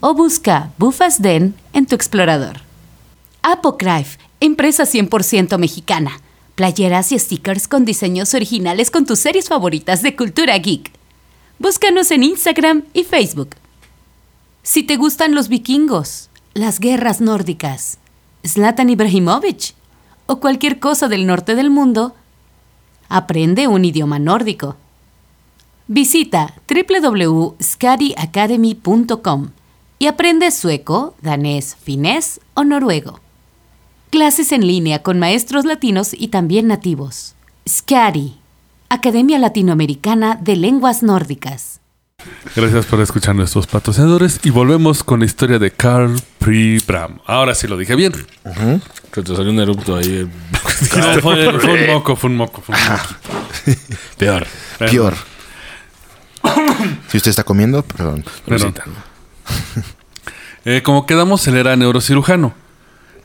S1: o busca Bufas Den en tu explorador. Apocryph, empresa 100% mexicana. Playeras y stickers con diseños originales con tus series favoritas de cultura geek. Búscanos en Instagram y Facebook. Si te gustan los vikingos, las guerras nórdicas, Zlatan Ibrahimovic o cualquier cosa del norte del mundo, aprende un idioma nórdico. Visita www.skadiacademy.com y aprende sueco, danés, finés o noruego. Clases en línea con maestros latinos y también nativos. SCADI, Academia Latinoamericana de Lenguas Nórdicas.
S2: Gracias por escuchar nuestros patrocinadores y volvemos con la historia de Carl Pri Bram. Ahora sí lo dije bien.
S4: Que te salió un
S3: [laughs]
S4: erupto ahí.
S2: No, fue, fue un moco, fue un moco, fue un moco.
S4: Peor.
S3: Pior. si usted está comiendo, perdón.
S2: Perdón. Eh, como quedamos, él era neurocirujano.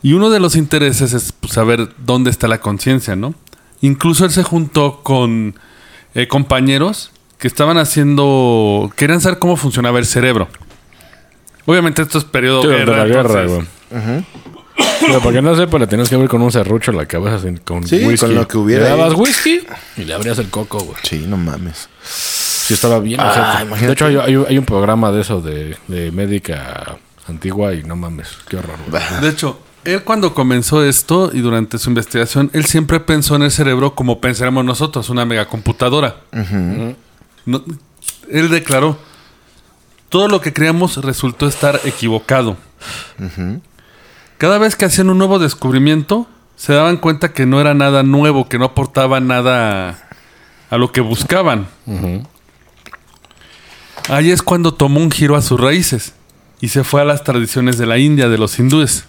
S2: Y uno de los intereses es pues, saber dónde está la conciencia, ¿no? Incluso él se juntó con eh, compañeros que estaban haciendo. Querían saber cómo funcionaba el cerebro. Obviamente, esto es periodo
S6: Sí,
S2: de
S6: durante
S2: guerra.
S6: la guerra,
S2: entonces-
S6: güey.
S4: Pero para que no sepa, le tenías que abrir con un serrucho la cabeza sin- con
S3: Sí,
S4: whisky.
S3: con lo que hubiera
S4: Le dabas
S3: ahí.
S4: whisky y le abrías el coco, güey.
S3: Sí, no mames.
S4: Sí, estaba bien.
S3: Ah,
S4: ojete. de hecho, hay, hay- hay un programa de eso de, de médica antigua y no mames, qué horror, güey.
S2: De hecho, él cuando comenzó esto y durante su investigación, él siempre pensó en el cerebro como pensáramos nosotros, una megacomputadora. No- él declaró, todo lo que creamos resultó estar equivocado. Cada vez que hacían un nuevo descubrimiento, se daban cuenta que no era nada nuevo, que no aportaba nada a lo que buscaban. Ahí es cuando tomó un giro a sus raíces y se fue a las tradiciones de la India, de los hindúes.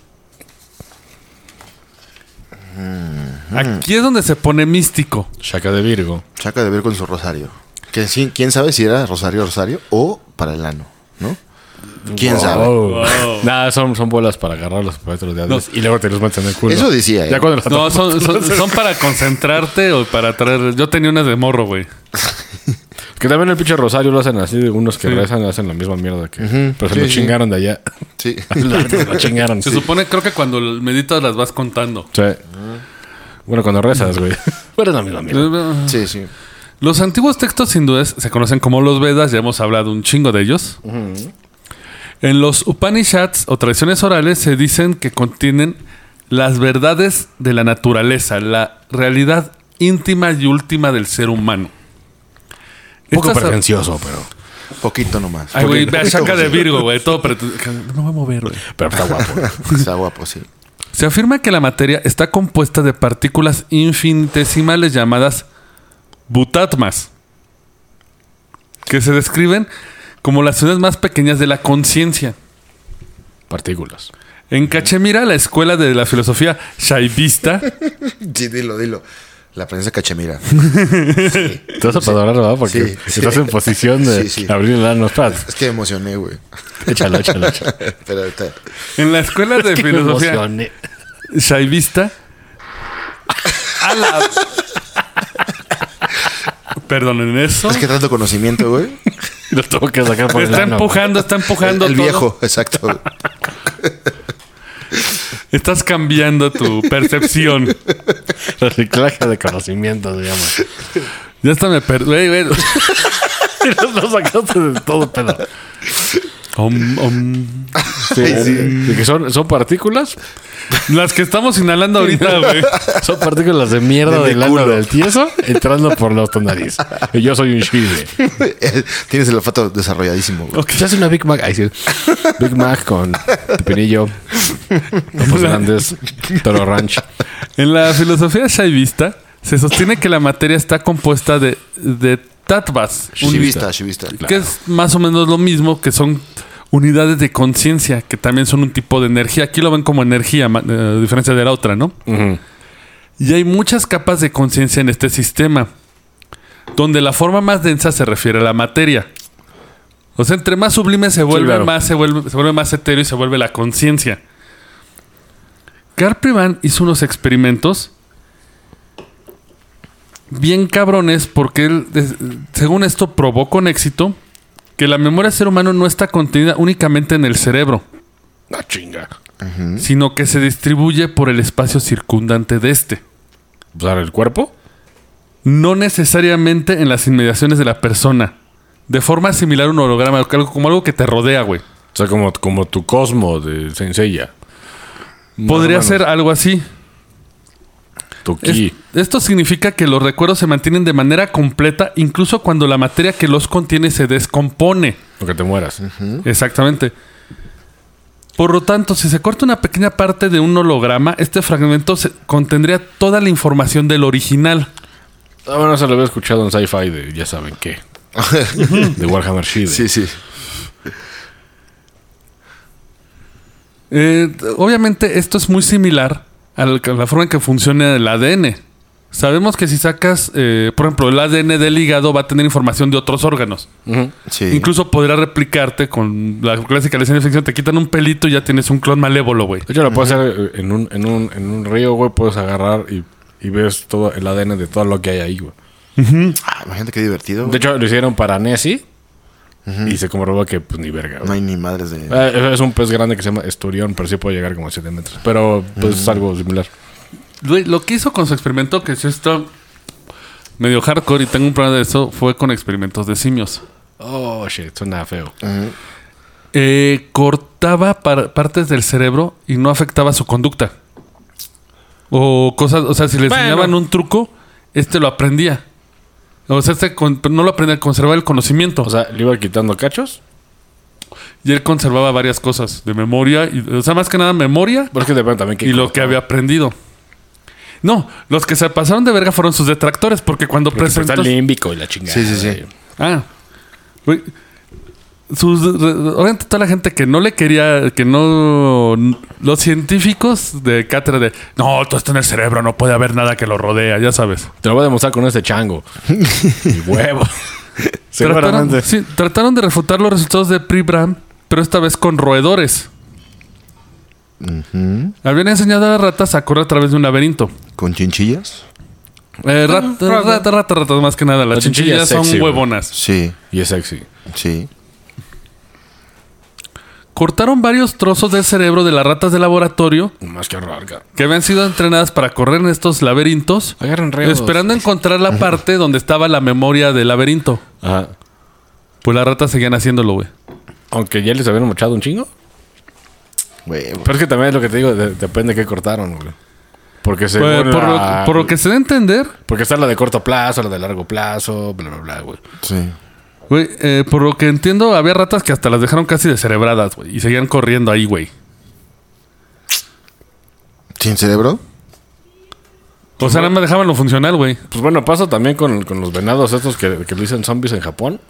S2: Aquí es donde se pone místico.
S4: Chaca de Virgo.
S3: Chaca de ver con su rosario. Que sí, quién sabe si era rosario rosario o para el ano, ¿no? ¿Quién sabe?
S4: Oh. Nada, son, son bolas para agarrar los papeles de Hades y luego te los meten en el culo.
S3: Eso decía, ¿eh?
S4: Ya cuando las
S2: No, son,
S4: [laughs]
S2: son- son para concentrarte o para traer. Yo tenía unas de morro, güey.
S4: Que también el pinche Rosario lo hacen así, unos que
S2: Sí.
S4: rezan hacen la misma mierda que. Pero se
S3: Sí,
S4: lo
S3: sí.
S4: chingaron de
S2: [laughs]
S4: allá.
S3: Sí. [laughs]
S4: lo, lo chingaron.
S2: Se
S4: sí.
S2: supone, creo que cuando meditas las vas contando.
S4: Sí. Bueno, cuando
S3: [laughs]
S4: rezas, güey. Pero es la misma mierda.
S3: Sí, sí.
S2: Los antiguos textos hindúes se conocen como los Vedas, ya hemos hablado un chingo de ellos. En los Upanishads o tradiciones orales se dicen que contienen las verdades de la naturaleza, la realidad íntima y última del ser humano.
S4: Un poco
S2: Estas-
S4: pretencioso, pero.
S3: Poquito nomás.
S2: Ay, güey, ve a
S3: Poquito,
S2: Shaka de
S3: sí.
S2: Virgo, güey, todo preten- No me voy a mover, güey.
S4: Pero está guapo.
S3: Está guapo, sí.
S2: Se afirma que la materia está compuesta de partículas infinitesimales llamadas butatmas, que se describen como las unidades más pequeñas de la conciencia.
S4: Partículas.
S2: En Cachemira, la escuela de la filosofía
S3: [laughs]
S2: shaivista,
S3: Sí, dilo, dilo. La
S2: [laughs]
S3: princesa Cachemira.
S4: Te vas a adorar, ¿verdad? Porque
S3: Sí, sí.
S4: estás en posición de
S3: Sí, sí.
S4: abrir el ano. Espérate.
S3: [laughs] Es que me emocioné, güey.
S4: Échalo, échalo, échalo.
S3: Pero ahorita-
S2: en la escuela de
S4: Que me
S2: filosofía
S4: emocioné.
S2: shaivista, a la... Perdonen eso.
S3: Es que tanto conocimiento, güey.
S4: Lo tengo que sacar por el
S2: Está
S4: ano.
S2: empujando, está empujando
S3: El, el
S2: todo.
S3: viejo, exacto. güey.
S2: [laughs] Estás cambiando tu percepción.
S4: Reciclaje de conocimiento,
S2: [laughs]
S4: se llama.
S2: Ya hasta me perdí.
S4: Lo sacaste de todo pedo. Sí, De que son, son partículas.
S2: Las que estamos inhalando ahorita, güey.
S4: Son partículas de mierda
S3: De mi
S4: del ano
S3: culo.
S4: del tieso entrando por los nariz. Y yo soy un chile.
S3: Tienes el olfato desarrolladísimo, güey.
S4: Se hace una Big Mac. Ahí sí. Big Mac con pepinillo, papas grandes, toro ranch.
S2: En la filosofía shaivista se sostiene que la materia está compuesta de, de tattvas,
S3: Shivista, shivista.
S2: que es más o menos lo mismo que son unidades de conciencia, que también son un tipo de energía. Aquí lo ven como energía, ma- eh, a diferencia de la otra, ¿no? Y hay muchas capas de conciencia en este sistema, donde la forma más densa se refiere a la materia. O sea, entre más sublime se vuelve,
S4: claro.
S2: más se vuelve, se vuelve más etéreo y se vuelve la conciencia. Carl Previn hizo unos experimentos bien cabrones porque él, des- según esto, probó con éxito que la memoria del ser humano no está contenida únicamente en el cerebro,
S3: Ah,
S6: La chinga.
S2: sino que se distribuye por el espacio circundante de este.
S4: O sea, Pues, el cuerpo.
S2: No necesariamente en las inmediaciones de la persona. De forma similar a un holograma, algo- como algo que te rodea, güey.
S4: O sea, como, como tu cosmo de sencilla.
S2: Podría ser algo así.
S4: Tu
S2: Es-
S4: ki.
S2: esto significa que los recuerdos se mantienen de manera completa incluso cuando la materia que los contiene se descompone.
S4: Lo que te mueras.
S2: Exactamente. Por lo tanto, si se corta una pequeña parte de un holograma, este fragmento se- contendría toda la información del original.
S4: Ah, bueno, se lo había escuchado en sci-fi de ya saben
S3: [laughs]
S4: qué. de Warhammer Shide.
S3: Sí, sí.
S2: Eh, obviamente, esto es muy similar a la, a la forma en que funciona el ADN. Sabemos que si sacas, eh, por ejemplo, el ADN del hígado va a tener información de otros órganos.
S3: Sí.
S2: Incluso podrá replicarte con la clásica lesión de infección. Te quitan un pelito y ya tienes un clon malévolo, güey.
S4: De hecho, lo puedes hacer eh, en un, en un, en un río, güey. Puedes agarrar y, y ves todo el ADN de todo lo que hay ahí, güey.
S3: Ah, imagínate qué divertido.
S4: De
S3: güey.
S4: hecho, lo hicieron para Nessie. Y se comprobó que, pues, ni verga, güey.
S3: no hay ni madres de.
S4: Eh, Es un pez grande que se llama esturión, pero sí puede llegar como a 7 metros. Pero pues es algo similar.
S2: Güey, lo que hizo con su experimento, que sí está medio hardcore y tengo un plan de eso, fue con experimentos de simios.
S4: Oh, shit, suena feo.
S3: Ah.
S2: Eh, cortaba par- partes del cerebro y no afectaba su conducta. O cosas, o sea, si le
S4: Bueno.
S2: enseñaban un truco, este lo aprendía. O sea, este con- no lo aprendía, conservaba el conocimiento.
S4: O sea, le iba quitando cachos.
S2: y él conservaba varias cosas de memoria, y, o sea, más que nada memoria
S4: Pero es que depende también. qué
S2: y lo
S4: cosa.
S2: que había aprendido. No, los que se pasaron de verga fueron sus detractores, porque cuando
S4: Porque pues,
S2: presentó...
S4: está límbico y la chingada.
S3: Sí, sí, sí.
S4: güey.
S2: Ah. Güey. Sus, obviamente toda la gente que no le quería, que no... Los científicos de cátedra de... No, todo está en el cerebro, no puede haber nada que lo rodea, ya sabes.
S4: Te lo voy a demostrar con
S3: [laughs]
S4: este chango. y huevo.
S2: Trataron, sí, trataron de refutar los resultados de Pribram, pero esta vez con roedores. Habían enseñado a las ratas a correr a través de un laberinto.
S3: ¿Con chinchillas?
S2: Eh, rat- rata, rata, rata, más que nada. Las
S4: La chinchilla
S2: chinchillas
S4: es sexy,
S2: son
S4: güey.
S2: huevonas.
S3: Sí,
S4: Y es sexy.
S3: sí.
S2: Cortaron varios trozos del cerebro de las ratas de laboratorio
S4: Más que rarga.
S2: que habían sido entrenadas para correr en estos laberintos,
S4: Agarren reos.
S2: esperando encontrar la parte donde estaba la memoria del laberinto.
S4: Ajá.
S2: Pues las ratas seguían haciéndolo, güey.
S4: Aunque ya les habían mochado un chingo.
S3: Güey,
S4: Pero es que también es lo que te digo. de- depende de qué cortaron, güey. Porque se.
S2: Pues, por, lo, por lo que se da a entender,
S4: Porque está la de corto plazo, la de largo plazo, bla, bla, bla, güey.
S3: sí.
S2: güey, eh, por lo que entiendo, había ratas que hasta las dejaron casi descerebradas, güey, y seguían corriendo ahí, güey.
S3: ¿Sin cerebro?
S2: O sea, nada más dejaban lo funcional, güey.
S4: Pues bueno, pasa también con, con los venados estos que, que le dicen zombies en Japón.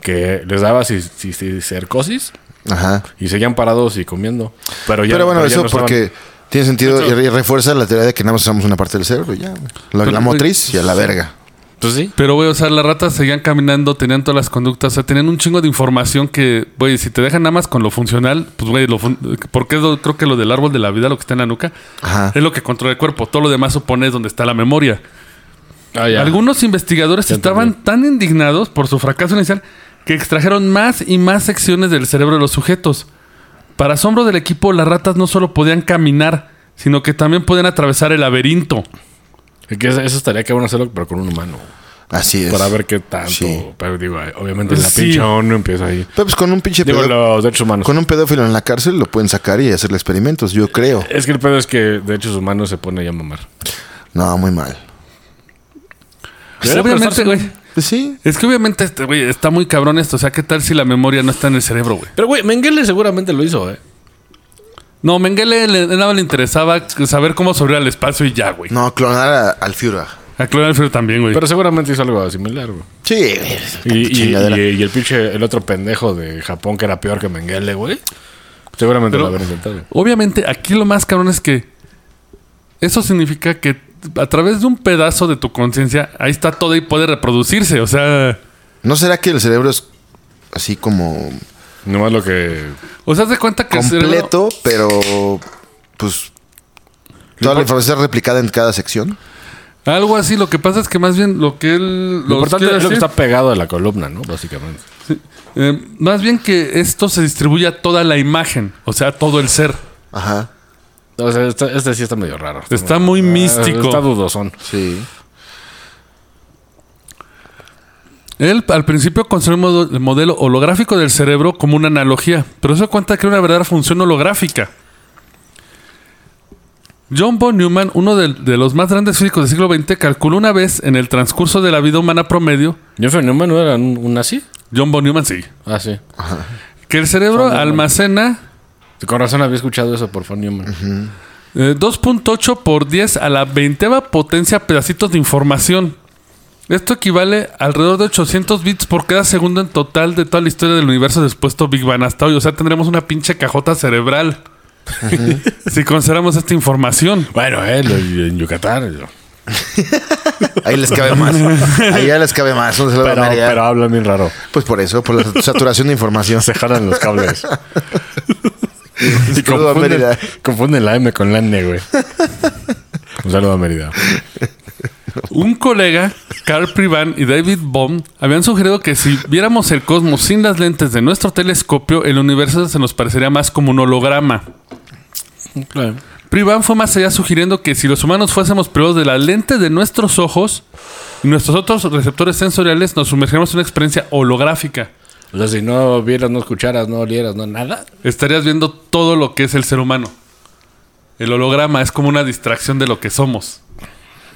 S4: Que les daba si, si, si- cercosis
S3: Ajá.
S4: y seguían parados y comiendo. Pero, ya,
S3: Pero bueno,
S4: pero ya
S3: eso
S4: no estaban-
S3: porque tiene sentido y re- refuerza la teoría de que nada más usamos una parte del cerebro y ya. güey. La,
S2: Pero,
S3: la motriz y a la verga.
S4: Pues sí.
S2: Pero, güey, o sea, las ratas seguían caminando, tenían todas las conductas, o sea, tenían un chingo de información que, güey, si te dejan nada más con lo funcional, pues, güey, lo fun- porque es lo- creo que lo del árbol de la vida, lo que está en la nuca,
S3: Ajá.
S2: es lo que controla el cuerpo. Todo lo demás supone es donde está la memoria.
S4: Ah, ya.
S2: Algunos investigadores
S4: Ya
S2: estaban tan indignados por su fracaso inicial que extrajeron más y más secciones del cerebro de los sujetos. Para asombro del equipo, las ratas no solo podían caminar, sino que también podían atravesar el laberinto.
S4: Es que eso eso estaría que bueno hacerlo, pero con un humano.
S3: Así es.
S4: Para ver qué tanto.
S3: Sí.
S4: Pero digo, eh, obviamente la
S2: Sí.
S4: pinche ONU empieza ahí.
S3: Pero pues con un pinche
S4: Digo,
S3: pedo-
S4: los derechos humanos.
S3: Con un pedófilo en la cárcel lo pueden sacar y hacerle experimentos, yo creo.
S4: Es que el pedo es que derechos humanos se pone ya a mamar.
S3: No, muy mal.
S4: Debería
S2: obviamente,
S4: prestarse-
S2: güey.
S3: Pues sí.
S2: Es que obviamente, este, güey, está muy cabrón esto. O sea, ¿qué tal si la memoria no está en el cerebro, güey?
S4: Pero güey, Mengele seguramente lo hizo, ¿eh?
S2: No, Mengele le, nada le interesaba saber cómo sobrevivir al espacio y ya, güey.
S3: No, clonar a- al Führer.
S2: A Clon Alfred también, güey.
S4: Pero seguramente hizo algo similar, güey.
S3: Sí.
S4: Y, y-
S3: Chingadera.
S4: y- y el pinche, el otro pendejo de Japón que era peor que Mengele, güey. Seguramente
S2: Pero-
S4: lo habrían intentado.
S2: Obviamente, aquí lo más cabrón es que eso significa que a través de un pedazo de tu conciencia, ahí está todo y puede reproducirse. O sea,
S3: ¿No será que el cerebro es así como
S4: Nomás lo que.
S2: o sea, haz de cuenta que el cerebro-
S3: completo, pero pues toda la información está replicada en cada sección?
S2: Algo así, lo que pasa es que más bien lo que él...
S4: Lo
S2: los
S4: importante
S2: quiere
S4: es lo que
S2: decir-
S4: está pegado a la columna, ¿no? Básicamente.
S2: Eh, más bien que esto se distribuye a toda la imagen, o sea, a todo el ser.
S3: Ajá.
S4: O sea, este, este sí está medio raro.
S2: Está muy
S4: Ah,
S2: místico.
S4: Está dudosón.
S3: Sí.
S2: Él al principio consideró el modo- el modelo holográfico del cerebro como una analogía, pero se da cuenta que era una verdadera función holográfica. John von Neumann, uno de, de los más grandes físicos del siglo XX, calculó una vez en el transcurso de la vida humana promedio,
S4: ¿Jeffrey Newman no era un, un nazi?
S2: John von Neumann sí,
S4: Ah, sí.
S2: que el cerebro almacena
S4: Con razón había escuchado eso por Von Neumann.
S2: Eh, 2.8 por 10 a la 20 potencia pedacitos de información. Esto equivale a alrededor de 800 bits por cada segundo en total de toda la historia del universo después de Big Bang hasta hoy. O sea, tendremos una pinche cajota cerebral. [laughs] si consideramos esta información.
S4: Bueno, él en Yucatán. yo.
S3: Ahí les cabe
S4: [laughs]
S3: más. Ahí ya les cabe más. ¿dónde se lo van
S4: Pero,
S3: a negar?
S4: pero habla bien raro.
S3: Pues por eso, por la saturación de información.
S4: [laughs] Se jalan los cables. y
S3: Saludo a
S4: confunden,
S3: Mérida.
S4: confunden la M con la N, güey. Un saludo a Mérida.
S2: Un colega, Carl Privan y David Bohm, habían sugerido que si viéramos el cosmos sin las lentes de nuestro telescopio, el universo se nos parecería más como un holograma. Privan fue más allá sugiriendo que si los humanos fuésemos privados de la lente de nuestros ojos y nuestros otros receptores sensoriales, nos sumergiríamos en una experiencia holográfica.
S4: O sea, si no vieras, no escucharas, no olieras, no nada.
S2: Estarías viendo todo lo que es el ser humano. El holograma es como una distracción de lo que somos.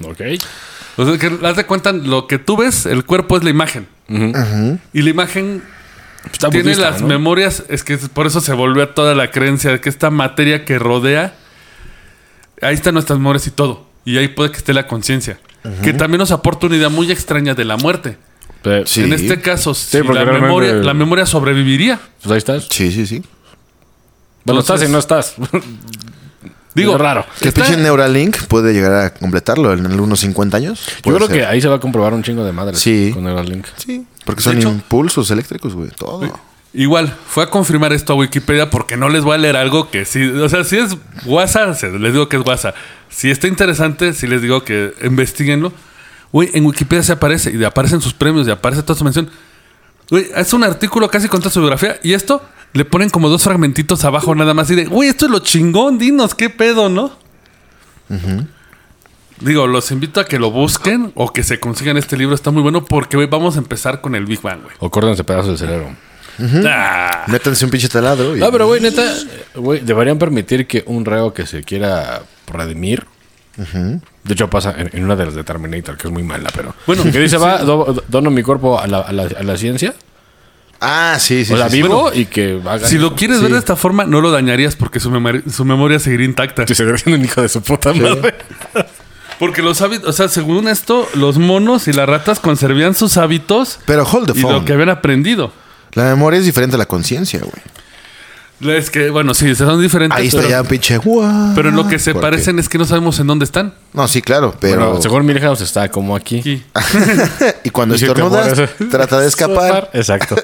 S4: Ok.
S2: O sea, que haz de cuenta, lo que tú ves, el cuerpo es la imagen. Y la imagen
S4: Está
S2: tiene
S4: budista,
S2: las
S4: ¿no?
S2: memorias, es que por eso se volvió a toda la creencia de que esta materia que rodea, ahí están nuestras memorias y todo. Y ahí puede que esté la conciencia. Que también nos aporta una idea muy extraña de la muerte.
S4: Pe-
S3: Sí.
S2: En este caso, si
S6: porque
S2: la,
S6: realmente-
S2: memoria, la memoria sobreviviría.
S4: Pues ahí estás.
S3: Sí, sí, sí.
S4: Bueno, estás
S2: Entonces-
S4: y no estás.
S2: Digo,
S4: Es raro.
S3: Que el
S2: está-
S3: pinche Neuralink puede llegar a completarlo en algunos 50 años.
S4: Yo
S3: Puede
S4: creo
S3: ser.
S4: que ahí se va a comprobar un chingo de madres
S3: Sí.
S4: con el link.
S3: Sí, porque son
S2: hecho-
S3: impulsos eléctricos, güey. Todo.
S2: Igual, fue a confirmar esto a Wikipedia porque no les voy a leer algo que sí. O sea, si es guasa, se- les digo que es guasa. Si está interesante, sí les digo que investiguenlo. Güey, en Wikipedia se aparece y aparecen sus premios y aparece toda su mención. Güey, es un artículo casi con toda su biografía y esto le ponen como dos fragmentitos abajo nada más y de, güey, esto es lo chingón, dinos, qué pedo, ¿no? Digo, los invito a que lo busquen o que se consigan este libro, está muy bueno porque, güey, vamos a empezar con el Big Bang, güey.
S4: O córdense pedazos del cerebro.
S2: Ah.
S3: Métanse un pinche taladro. Y...
S4: No, pero güey, neta, güey, deberían permitir que un reo que se quiera redimir. De hecho, pasa en, en una de las de Terminator, que es muy mala, pero.
S2: Bueno,
S4: Bueno, que [laughs] dice, va, do- do- dono mi cuerpo a la, a la- a la ciencia,
S3: Ah, sí, sí.
S4: o sea,
S3: sí, sí.
S4: vivo y que haga.
S2: Si lo quieres ver de esta forma, no lo dañarías porque su, memori- su memoria seguiría intacta.
S4: Que se ve siendo un hijo de su puta madre.
S2: Porque los hábitos, o sea, según esto, los monos y las ratas conservían sus hábitos
S3: Pero hold the
S2: y lo
S3: phone.
S2: que habían aprendido.
S3: La memoria es diferente a la conciencia, güey.
S2: Es que, bueno, sí, son diferentes.
S3: Ahí está
S2: pero,
S3: ya un pinche. guau.
S2: pero en lo que se
S3: ¿Por qué?
S2: parecen es que no sabemos en dónde están.
S3: No, sí, claro, pero. eh,
S4: Bueno, según Milhouse está como aquí.
S2: Aquí.
S3: y cuando
S4: Y si te
S3: estornudas,
S4: mueres-
S3: trata
S4: [laughs]
S3: de escapar. [laughs]
S4: Exacto.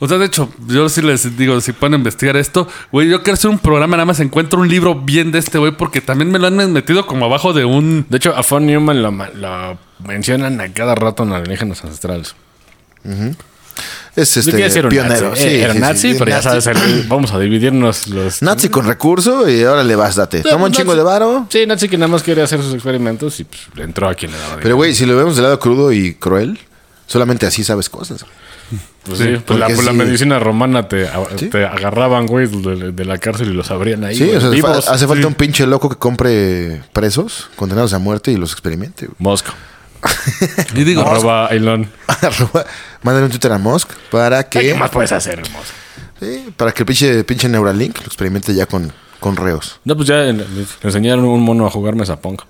S2: O sea, de hecho, yo sí les digo, si pueden investigar esto, güey, yo quiero hacer un programa, nada más encuentro un libro bien de este güey porque también me lo han metido como abajo de
S3: [laughs]
S2: un...
S4: De hecho, a Von Neumann lo, ma- lo mencionan a cada rato en alienígenas ancestrales.
S3: Es
S4: Yo quería
S3: este
S4: ser un
S3: pionero.
S4: nazi. Eh, era
S3: sí,
S4: nazi,
S3: sí,
S4: pero
S3: nazi.
S4: ya sabes,
S3: [laughs]
S4: el- vamos a dividirnos los.
S3: Nazi con recurso y ahora le vas, date. Toma un
S4: Nazi-
S3: chingo de varo.
S4: Sí, Nazi que nada más quiere hacer sus experimentos y pues, le entró a quien le daba dinero.
S3: Pero, güey, si lo vemos del lado crudo y cruel, solamente así sabes cosas.
S4: Pues sí, pues
S3: porque
S4: la, pues la
S3: sí.
S4: medicina romana te, a- te agarraban, güey, de, de la cárcel y los abrían ahí.
S3: Sí,
S4: güey,
S3: o sea,
S4: vivos.
S3: fa- hace falta un pinche loco que compre presos, condenados a muerte y los experimente. güey. [laughs]
S4: Mosco.
S2: Y digo,
S4: Arroba Elon.
S3: Arroba- Mándale un Twitter a Musk para
S4: ¿Qué
S3: que,
S4: más puedes hacer, Mosco?
S3: sí, para que el pinche, pinche Neuralink lo experimente ya con, con reos.
S4: No, pues ya le, le enseñaron un mono a jugar mesa punk.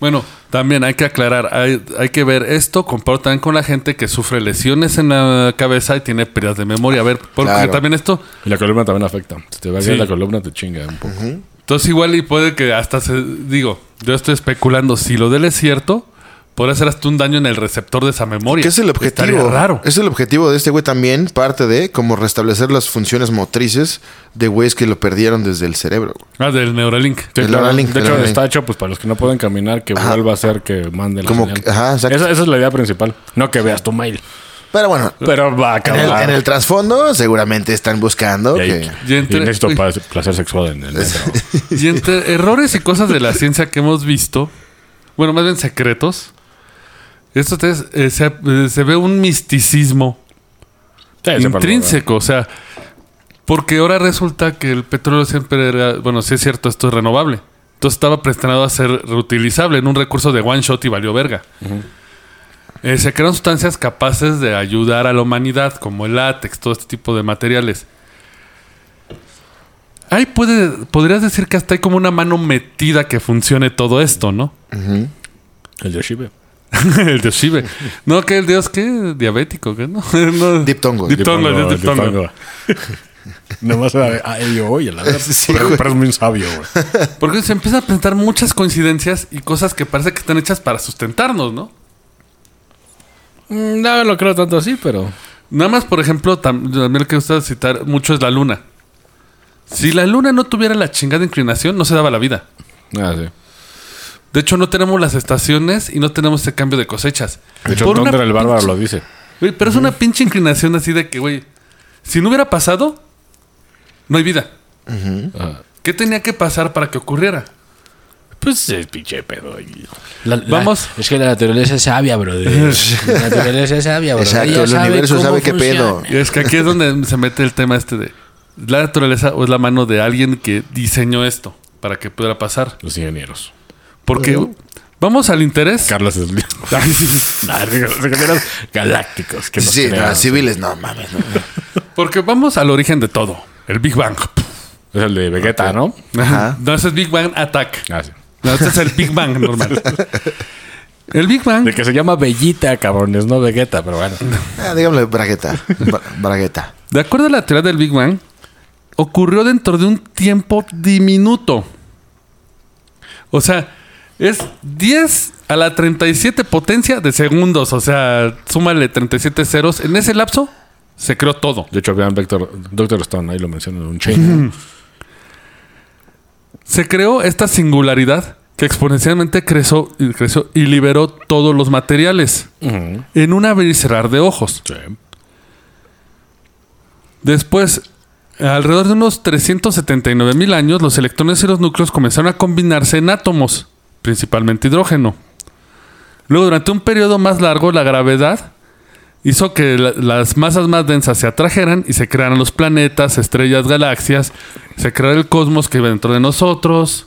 S2: Bueno, también hay que aclarar, hay, hay que ver esto comparado también con la gente que sufre lesiones en la cabeza y tiene pérdidas de memoria. A ver, porque
S3: Claro.
S2: también esto,
S4: Y la columna también afecta. Si te va
S2: Sí.
S4: bien la columna, te chinga un poco.
S2: entonces igual y puede que hasta se, digo, yo estoy especulando si lo del es cierto, podría hacer hasta un daño en el receptor de esa memoria.
S3: Que es el objetivo.
S2: Estaría raro.
S3: Es el objetivo de este güey también, parte de como restablecer las funciones motrices de güeyes que lo perdieron desde el cerebro. güey.
S2: Ah, del
S3: [laughs]
S2: Neuralink.
S4: Sí,
S3: El
S4: claro.
S3: Neuralink,
S4: de
S3: el
S4: hecho,
S3: Neuralink.
S4: está hecho pues para los que no pueden caminar, que vuelva a ser que mande la
S3: Como
S4: señal.
S3: que- ajá, exacto.
S4: Esa, esa es la idea principal. No que veas tu mail.
S3: Pero bueno,
S4: Pero va a
S3: en el,
S4: acabar.
S3: en el trasfondo seguramente están buscando
S4: Y ahí-
S3: que...
S2: Y entre-
S4: y necesito
S2: uy.
S4: pa- placer sexual en el metro.
S2: Y entre errores y cosas de la ciencia que hemos visto, bueno, más bien secretos, esto es, eh, se, eh, se ve un misticismo
S4: Sí, sepa,
S2: intrínseco, o sea, porque ahora resulta que el petróleo siempre era, bueno, sí es cierto, esto es renovable. Entonces estaba predestinado a ser reutilizable en un recurso de one shot y valió verga. Eh, se crearon sustancias capaces de ayudar a la humanidad, como el látex, todo este tipo de materiales. Ahí puede, podrías decir que hasta hay como una mano metida que funcione todo esto, ¿no? [laughs]
S4: El de Shibe.
S2: el dios Shive. No, que el dios, ¿qué? Diabético, ¿qué? No, [laughs] no.
S3: Diptongo.
S2: Diptongo, el dios diptongo. [laughs]
S4: Nomás a, a ello oye, la verdad.
S3: Sí,
S4: pero,
S3: güey.
S4: pero es muy sabio, güey.
S2: [laughs] Porque se empiezan a presentar muchas coincidencias y cosas que parece que están hechas para sustentarnos, ¿no?
S7: Mm, No lo creo tanto así, pero.
S2: Nada más, por ejemplo, tam- también lo que gusta citar mucho es la luna. Si la luna no tuviera la chingada inclinación, no se daba la vida.
S7: Ah, sí.
S2: De hecho, no tenemos las estaciones y no tenemos ese cambio de cosechas.
S4: De hecho,
S2: Por una
S4: Thunder el
S2: pinche-
S4: Bárbaro lo dice.
S2: Güey, pero es una pinche inclinación así de que, güey, si no hubiera pasado, no hay vida.
S7: Ajá.
S2: ¿Qué tenía que pasar para que ocurriera?
S4: Pues es pinche pedo. y-
S5: La- la-
S2: Vamos.
S5: es que la naturaleza es sabia, brother. La naturaleza es sabia, brother.
S3: Exacto,
S5: Ella
S3: el universo
S5: cómo
S3: sabe qué
S5: funciona.
S3: pedo.
S2: Y es que aquí es donde se mete el tema este de la naturaleza o es la mano de alguien que diseñó esto para que pudiera pasar.
S4: Los ingenieros.
S2: Porque vamos al interés.
S4: Carlos es [laughs] Nah, digo, los ingenieros galácticos. Que nos
S3: Sí,
S4: crearon.
S3: no, civiles, no mames. no.
S2: Porque vamos al origen de todo. El Big Bang.
S4: Es el de Vegeta, ¿no?
S3: Ajá.
S2: No, ese es Big Bang Attack.
S4: Ah, sí.
S2: No, ese es el Big Bang normal. El Big Bang.
S4: De que se llama Bellita, cabrones, no Vegeta, pero bueno.
S3: Ah, dígame bragueta. [laughs] Bra- bragueta.
S2: De acuerdo a la teoría del Big Bang, ocurrió dentro de un tiempo diminuto. O sea, es 10 a la 37 potencia de segundos. O sea, súmale 37 ceros. En ese lapso se creó todo.
S4: De hecho, vean Vector, Doctor Stone, ahí lo mencionan un chingo.
S2: Se creó esta singularidad que exponencialmente creció, y creció y liberó todos los materiales en un abrir y cerrar de ojos.
S4: Sí.
S2: Después, alrededor de unos 379 mil años, los electrones y los núcleos comenzaron a combinarse en átomos, principalmente hidrógeno. Luego, durante un periodo más largo, la gravedad hizo que la- las masas más densas se atrajeran y se crearan los planetas, estrellas, galaxias, se creara el cosmos que iba dentro de nosotros.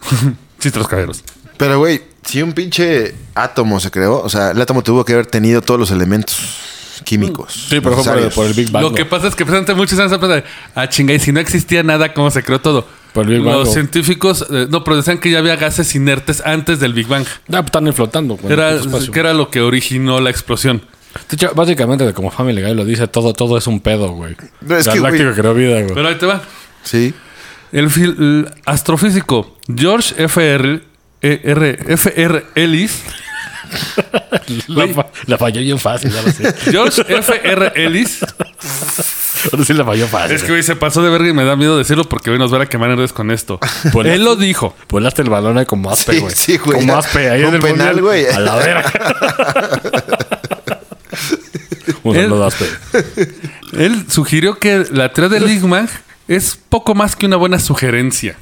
S2: [laughs] Chistros cajeros.
S3: Pero, güey, si un pinche átomo se creó, o sea, el átomo tuvo que haber tenido todos los elementos químicos.
S4: Sí, por ejemplo,
S3: necesarios.
S4: por el Big Bang.
S2: Lo que
S4: ¿no?
S2: pasa es que presentan muchas veces a ah, chinga, y si no existía nada, ¿cómo se creó todo?
S4: Por el Big Bang,
S2: Los
S4: ¿no?
S2: científicos, eh, no, pero decían que ya había gases inertes antes del Big Bang.
S4: Ah, pues están ahí flotando. güey, en
S2: Era,
S4: el puto espacio.
S2: que era lo que originó la explosión.
S4: De hecho, básicamente, como Family Guy lo dice, todo, todo es un pedo, güey.
S3: No, es que,
S4: Galáctico
S3: güey-
S4: creó vida, güey.
S2: Pero ahí te va.
S3: Sí.
S2: El, fil- el astrofísico George F.R. R. F.R. Ellis.
S4: La, fa- la falló bien fácil, ya lo sé. [laughs]
S2: George F.R. Ellis.
S4: Ahora sí la falló fácil.
S2: Es que hoy se pasó de verga y me da miedo decirlo porque hoy nos van a quemar en redes con esto.
S4: Pues-
S2: Él lo dijo.
S4: Volaste el balón ahí como Aspe,
S3: Sí,
S4: güey.
S3: sí, güey.
S4: Como Aspe. Ahí
S3: Un
S4: en el
S3: penal,
S4: mundial.
S3: güey.
S4: A
S3: [laughs]
S4: la verga. Un saludo a Aspe.
S2: Él sugirió que la teoría del Big Bang es poco más que una buena sugerencia.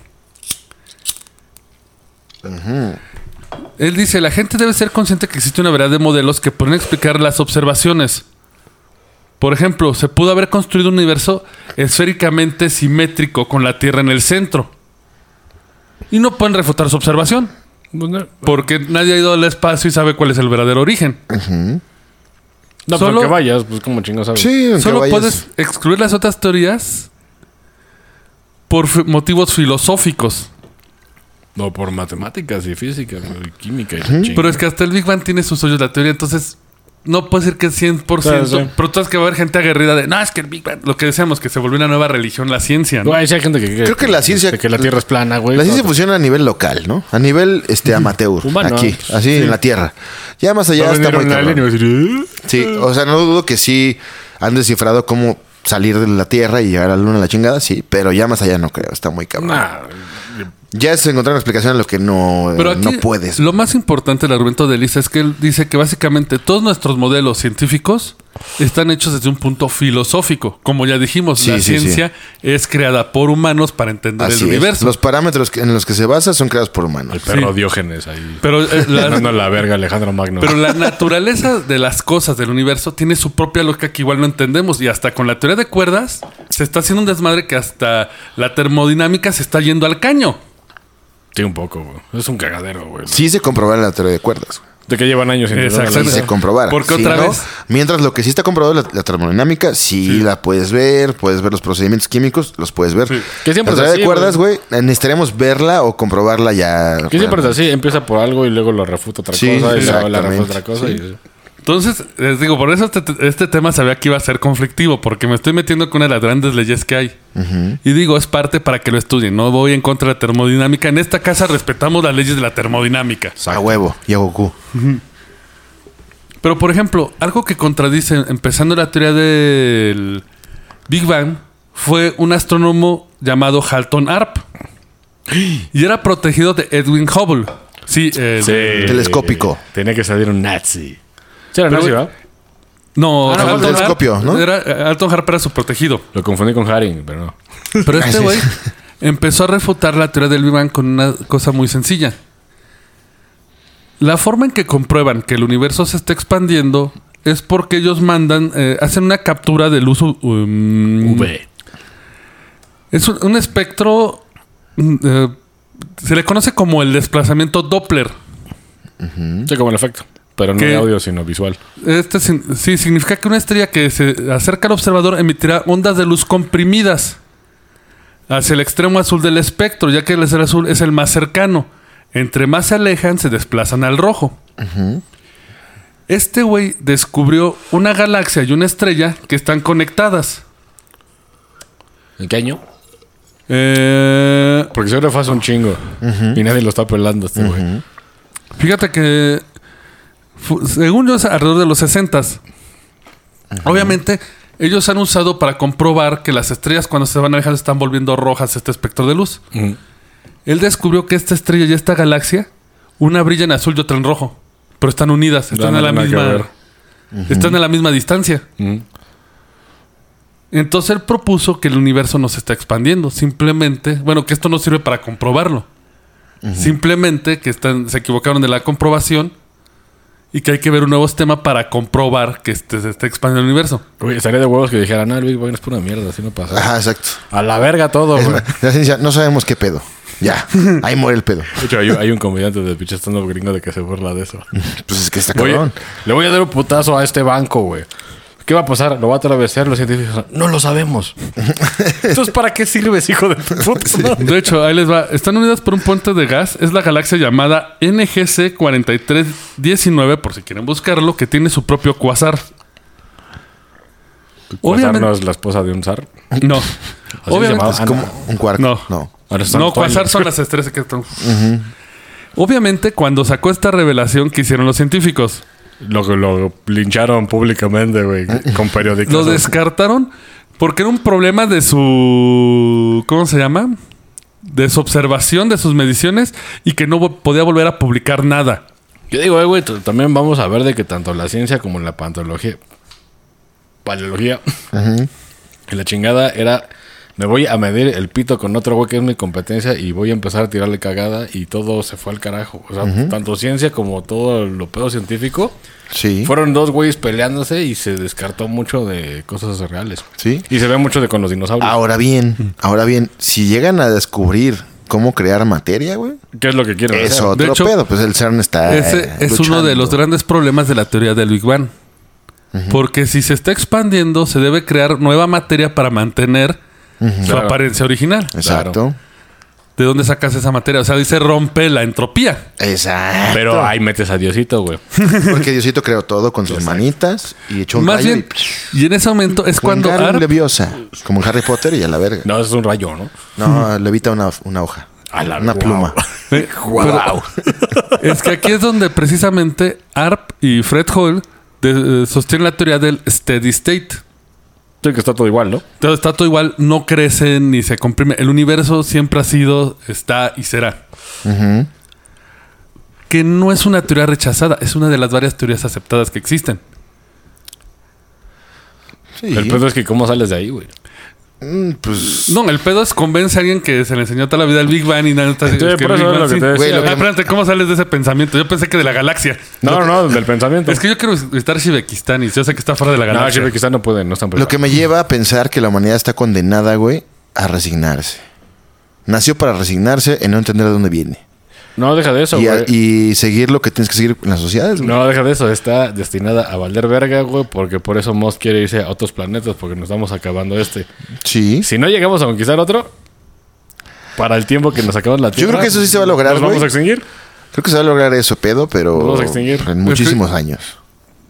S2: Él dice, la gente debe ser consciente que existe una variedad de modelos que pueden explicar las observaciones. Por ejemplo, se pudo haber construido un universo esféricamente simétrico con la Tierra en el centro. Y no pueden refutar su observación,
S4: Pues No,
S2: porque nadie ha ido al espacio y sabe cuál es el verdadero origen.
S4: no
S2: Solo-
S4: pero que vayas, pues como chingo sabes.
S3: Sí, aunque
S2: Solo
S3: vayas-
S2: puedes excluir las otras teorías por fi- motivos filosóficos.
S4: No, por matemáticas y física, güey, y química y
S2: Pero es que hasta el Big Bang tiene sus hoyos la teoría, entonces No puedo decir que es 100%,
S4: Claro, sí.
S2: pero tú sabes que va a haber gente aguerrida de, no, es que el Big Bang, lo que decíamos, que se volvió una nueva religión, la ciencia, ¿no?
S4: Güey, sí hay gente que,
S3: Creo que la ciencia-
S4: este, Que la tierra es plana, güey.
S3: La ciencia
S4: Pero- pues
S3: funciona a nivel local, ¿no? A nivel este amateur,
S4: Humano.
S3: aquí, así en la tierra. Ya más allá
S6: Va a
S3: está
S6: venir
S3: muy
S6: un alien y va
S3: cabrón.
S6: a decir, "¿Eh?".
S3: Sí, o sea, no dudo que sí han descifrado cómo salir de la tierra y llegar a la luna a la chingada, sí, pero ya más allá no creo, está muy cabrón.
S4: Nah,
S3: Ya es encontrar una explicación a lo que no,
S2: Pero
S3: eh,
S2: aquí,
S3: no puedes.
S2: Lo más importante del argumento de Lisa es que él dice que básicamente todos nuestros modelos científicos están hechos desde un punto filosófico. Como ya dijimos,
S3: Sí,
S2: la
S3: sí, sí.
S2: ciencia es creada por humanos para entender el
S3: Así es.
S2: universo.
S3: Los parámetros que- en los que se basa son creados por humanos.
S4: el perro Diógenes ahí.
S2: Pero,
S3: [laughs]
S2: eh, la-
S4: Mandando a la verga a Alejandro Magno.
S2: pero la naturaleza de las cosas del universo tiene su propia lógica que igual no entendemos. Y hasta con la teoría de cuerdas se está haciendo un desmadre que hasta la termodinámica se está yendo al caño.
S4: Sí, un poco, güey. Es un cagadero, güey.
S3: Sí se comprobará la teoría de cuerdas. güey.
S4: De que llevan años intentando
S2: Exacto.
S3: Sí
S4: analizar.
S3: se comprobará.
S2: Porque
S3: Si
S2: otra
S3: no,
S2: vez-
S3: Mientras lo que sí está comprobado es la, la termodinámica, sí, la puedes ver, puedes ver los procedimientos químicos, los puedes ver.
S4: Que
S3: la
S4: siempre es
S3: teoría
S4: así,
S3: de cuerdas, güey, eh, necesitaríamos verla o comprobarla ya.
S4: Que siempre es así, empieza por algo y luego lo refuta otra
S3: Sí,
S4: cosa y luego la
S3: exactamente.
S4: refuta otra cosa. y-
S2: Entonces, les digo, por eso este, este tema sabía que iba a ser conflictivo, porque me estoy metiendo con una de las grandes leyes que hay. Y digo, es parte para que lo estudien. No voy en contra de la termodinámica. En esta casa respetamos las leyes de la termodinámica.
S3: A huevo y a Goku.
S2: Pero, por ejemplo, algo que contradice, empezando la teoría del Big Bang, fue un astrónomo llamado Halton Arp. Y era protegido de Edwin Hubble. Sí, eh, el-
S4: Sí.
S3: Telescópico.
S4: Tenía que salir un nazi. Sí, era nazi,
S2: Pero-
S4: ¿verdad?
S2: No,
S3: Ah, no,
S2: Halton
S3: el
S2: Arp
S3: telescopio, ¿no?
S2: era- eh, Halton Arp era su protegido.
S4: Lo confundí con Haring, pero no.
S2: Pero este
S3: Así
S2: güey
S3: es.
S2: empezó a refutar la teoría del Big Bang con una cosa muy sencilla. La forma en que comprueban que el universo se está expandiendo es porque ellos mandan, eh, hacen una captura de luz. um,
S4: V.
S2: Es un, un espectro. mm, eh, se le conoce como el desplazamiento Doppler.
S3: Mm.
S4: Sí, como el efecto. Pero no
S2: ¿Qué?
S4: de audio, sino visual.
S2: Este sin- sí significa que una estrella que se acerca al observador emitirá ondas de luz comprimidas hacia el extremo azul del espectro, ya que el ser azul es el más cercano. Entre más se alejan, se desplazan al rojo. Este güey descubrió una galaxia y una estrella que están conectadas.
S4: ¿En qué año?
S2: Eh,
S4: Porque seguro fue hace un chingo. Y nadie lo está pelando este güey.
S2: Fíjate que, fu- según yo, es alrededor de los 60. Obviamente, ellos han usado para comprobar que las estrellas cuando se van alejando están volviendo rojas este espectro de luz.
S4: Ujú.
S2: Él descubrió que esta estrella y esta galaxia, una brilla en azul y otra en rojo, pero están unidas, están
S4: no
S2: a la
S4: tiene nada que
S2: misma, están a la misma distancia.
S4: Ujú.
S2: Entonces él propuso que el universo no se está expandiendo, simplemente, bueno, que esto no sirve para comprobarlo. Simplemente que están, se equivocaron de la comprobación y que hay que ver un nuevo sistema para comprobar que este, se está expandiendo el
S4: [laughs]
S2: universo.
S4: Güey, estaría de huevos que dijera, no, el Big Bang es pura mierda, así no pasa.
S3: Ajá, exacto.
S4: A la verga todo,
S3: Es
S4: güey.
S3: la- la ciencia, no sabemos qué pedo.
S2: [laughs]
S3: Ya, ahí muere el pedo.
S4: De hecho, hay, hay un comediante de pinche stand-up gringo de que se burla de eso.
S3: [laughs] Pues es que está
S4: Oye,
S3: cabrón.
S4: le voy a dar un putazo a este banco, güey. ¿Qué va a pasar? ¿Lo va a atravesar? Los científicos no lo [laughs] sabemos. Entonces, ¿para qué sirves, hijo de tu puta madre?
S2: De hecho, ahí les va. Están unidas por un puente de gas. Es la galaxia llamada NGC 4319, por si quieren buscarlo, que tiene su propio cuasar. Obviamente.
S4: Pasarnos la esposa de un zar.
S2: No.
S4: se
S2: Obviamente.
S4: llamaba.
S3: Es como un cuarto.
S2: No.
S3: No.
S4: Ahora están
S2: No, cuasar
S4: toiles.
S2: son las estrellas que están. Obviamente, cuando sacó esta revelación que hicieron los científicos,
S4: [laughs] Lo, lo lincharon públicamente, güey, con periódicos.
S2: lo descartaron porque era un problema de su. ¿Cómo se llama? De su observación, de sus mediciones y que no vo- podía volver a publicar nada.
S4: Yo digo, eh, güey, t- también vamos a ver de que tanto la ciencia como la paleontología, paleología [laughs] y la chingada era, me voy a medir el pito con otro güey que es mi competencia y voy a empezar a tirarle cagada y todo se fue al carajo. O sea, tanto ciencia como todo lo pedo científico,
S3: Sí.
S4: fueron dos güeyes peleándose y se descartó mucho de cosas reales.
S3: Sí. Ah,
S4: Y se ve mucho de con los dinosaurios.
S3: Ahora bien, ahora bien, si llegan a descubrir cómo crear materia, güey,
S4: ¿Qué es lo que quieren
S3: es
S4: hacer?
S3: otro
S2: hecho,
S3: pedo. Pues el CERN está.
S2: Ese
S3: eh,
S2: es uno
S3: luchando.
S2: de los grandes problemas de la teoría del Big Bang. Porque si se está expandiendo, se debe crear nueva materia para mantener su
S4: Claro.
S2: apariencia original.
S3: Exacto.
S2: ¿De dónde sacas esa materia? O sea, dice rompe la entropía.
S4: [laughs]
S3: Exacto.
S4: Pero ahí metes a Diosito, güey.
S3: Porque Diosito creó todo con sus manitas y echó un
S2: Más
S3: rayo
S2: bien,
S3: y psh,
S2: y en ese momento es cuando
S3: Wingardium
S2: Arp-
S3: Leviosa, como en Harry Potter y a la verga.
S4: No, es un rayo, ¿no?
S3: No, levita una, una hoja.
S4: A la-
S3: una
S4: wow. [laughs]
S3: pluma.
S2: Eh, pero- [laughs] es que aquí es donde precisamente ARP y Fred Hall de- eh, sostienen la teoría del steady state.
S4: Sí, que está todo igual, ¿no?
S2: Todo está todo igual, no crece ni se comprime. El universo siempre ha sido, está y será. Que no es una teoría rechazada, es una de las varias teorías aceptadas que existen.
S3: Sí.
S4: El pedo es que cómo sales de ahí, güey.
S3: Mm, pues.
S2: No, el pedo es convence a alguien que se le enseñó toda la vida el Big Bang y nada. Está
S6: Sí,
S2: es que
S6: por eso es
S2: el Big
S6: lo
S2: Bang,
S6: que
S2: sí.
S6: te
S3: Güey,
S6: decía.
S3: lo
S2: A ver,
S3: que-
S2: espérate, ¿cómo sales de ese pensamiento? Yo pensé que de la galaxia.
S6: No, no, del pensamiento.
S2: Es que yo quiero visitar Shibekistán y yo sé que está fuera de la
S4: No,
S2: galaxia.
S4: quizás no pueden, no están
S3: Lo que
S4: preparados.
S3: me lleva a pensar que la humanidad está condenada, güey, a resignarse. Nació para resignarse en no entender de dónde viene.
S4: No, deja de eso,
S3: Y, a-
S4: güey.
S3: y seguir lo que tienes que seguir en las sociedades, güey.
S4: No, deja de eso. Está destinada a valer verga, güey, porque por eso Moss quiere irse a otros planetas, porque nos estamos acabando este.
S3: Sí.
S4: Si no llegamos a conquistar otro, para el tiempo que nos acabamos la Tierra...
S3: creo que eso sí se va a lograr,
S4: ¿Nos vamos
S3: güey.
S4: a extinguir?
S3: Creo que se va a lograr eso, pedo, pero
S4: Vamos a extinguir.
S3: en muchísimos años.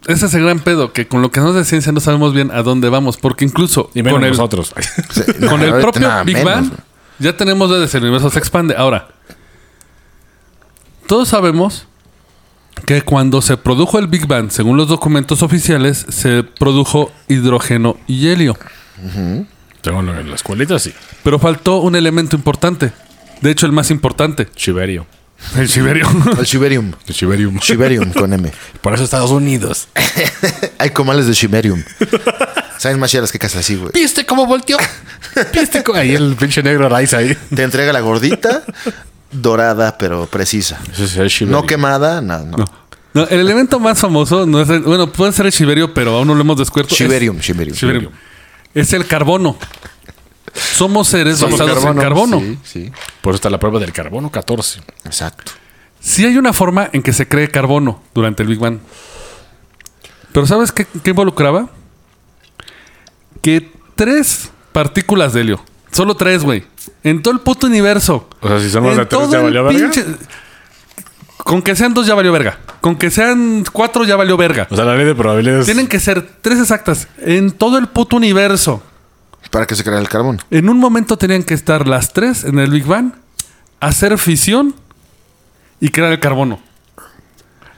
S2: Ese es el gran pedo, que con lo que nos de ciencia no sabemos bien a dónde vamos, porque incluso
S4: Y menos
S2: con el,
S4: nosotros. [laughs]
S3: O sea,
S2: con
S3: no,
S2: el
S3: ahorita
S2: propio
S3: nada
S2: Big
S3: menos,
S2: Bang
S3: güey.
S2: ya tenemos desde el universo se expande. Ahora, todos sabemos que cuando se produjo el Big Bang, según los documentos oficiales, se produjo hidrógeno y helio.
S4: Tengo en la escuelita, sí.
S2: Pero faltó un elemento importante. De hecho, el más importante.
S4: Chiverio.
S2: El siberio.
S3: El Shiberium.
S4: El Chiberium.
S3: Shiberium con M.
S4: [laughs] Por eso Estados Unidos.
S3: Hay comales de Shiberium. Saben más chidas que casas así, güey.
S4: ¿Viste cómo
S3: [laughs]
S4: volteó? ¿Viste cómo? Ahí el pinche negro Rice ahí.
S3: Te entrega la gordita, dorada, pero precisa.
S4: Eso es el Chiberium.
S3: No quemada, nada, no.
S2: No, el elemento más famoso no es el- bueno, puede ser el chiverio, pero aún no lo hemos descubierto.
S3: Shiberium,
S2: Es-
S3: Shiberium.
S2: Shiberium. Es el carbono. Somos seres
S4: Somos
S2: basados
S4: carbono,
S2: en carbono.
S3: Sí, sí.
S4: Por eso está la prueba del carbono 14.
S3: Exacto.
S2: Sí hay una forma en que se cree carbono durante el Big Bang. Pero ¿sabes qué, qué involucraba? Que tres partículas de helio. Solo tres, güey. En todo el puto universo.
S6: O sea, si somos
S2: En
S6: de tres,
S2: todo
S6: ¿ya
S2: el
S6: valió verga?
S2: Con que sean dos ya valió verga. Con que sean cuatro ya valió verga.
S4: O sea, la ley de probabilidades.
S2: Tienen que ser tres exactas en todo el puto universo.
S3: Para que se crea el carbón.
S2: En un momento tenían que estar las tres en el Big Bang, hacer fisión y crear el carbono.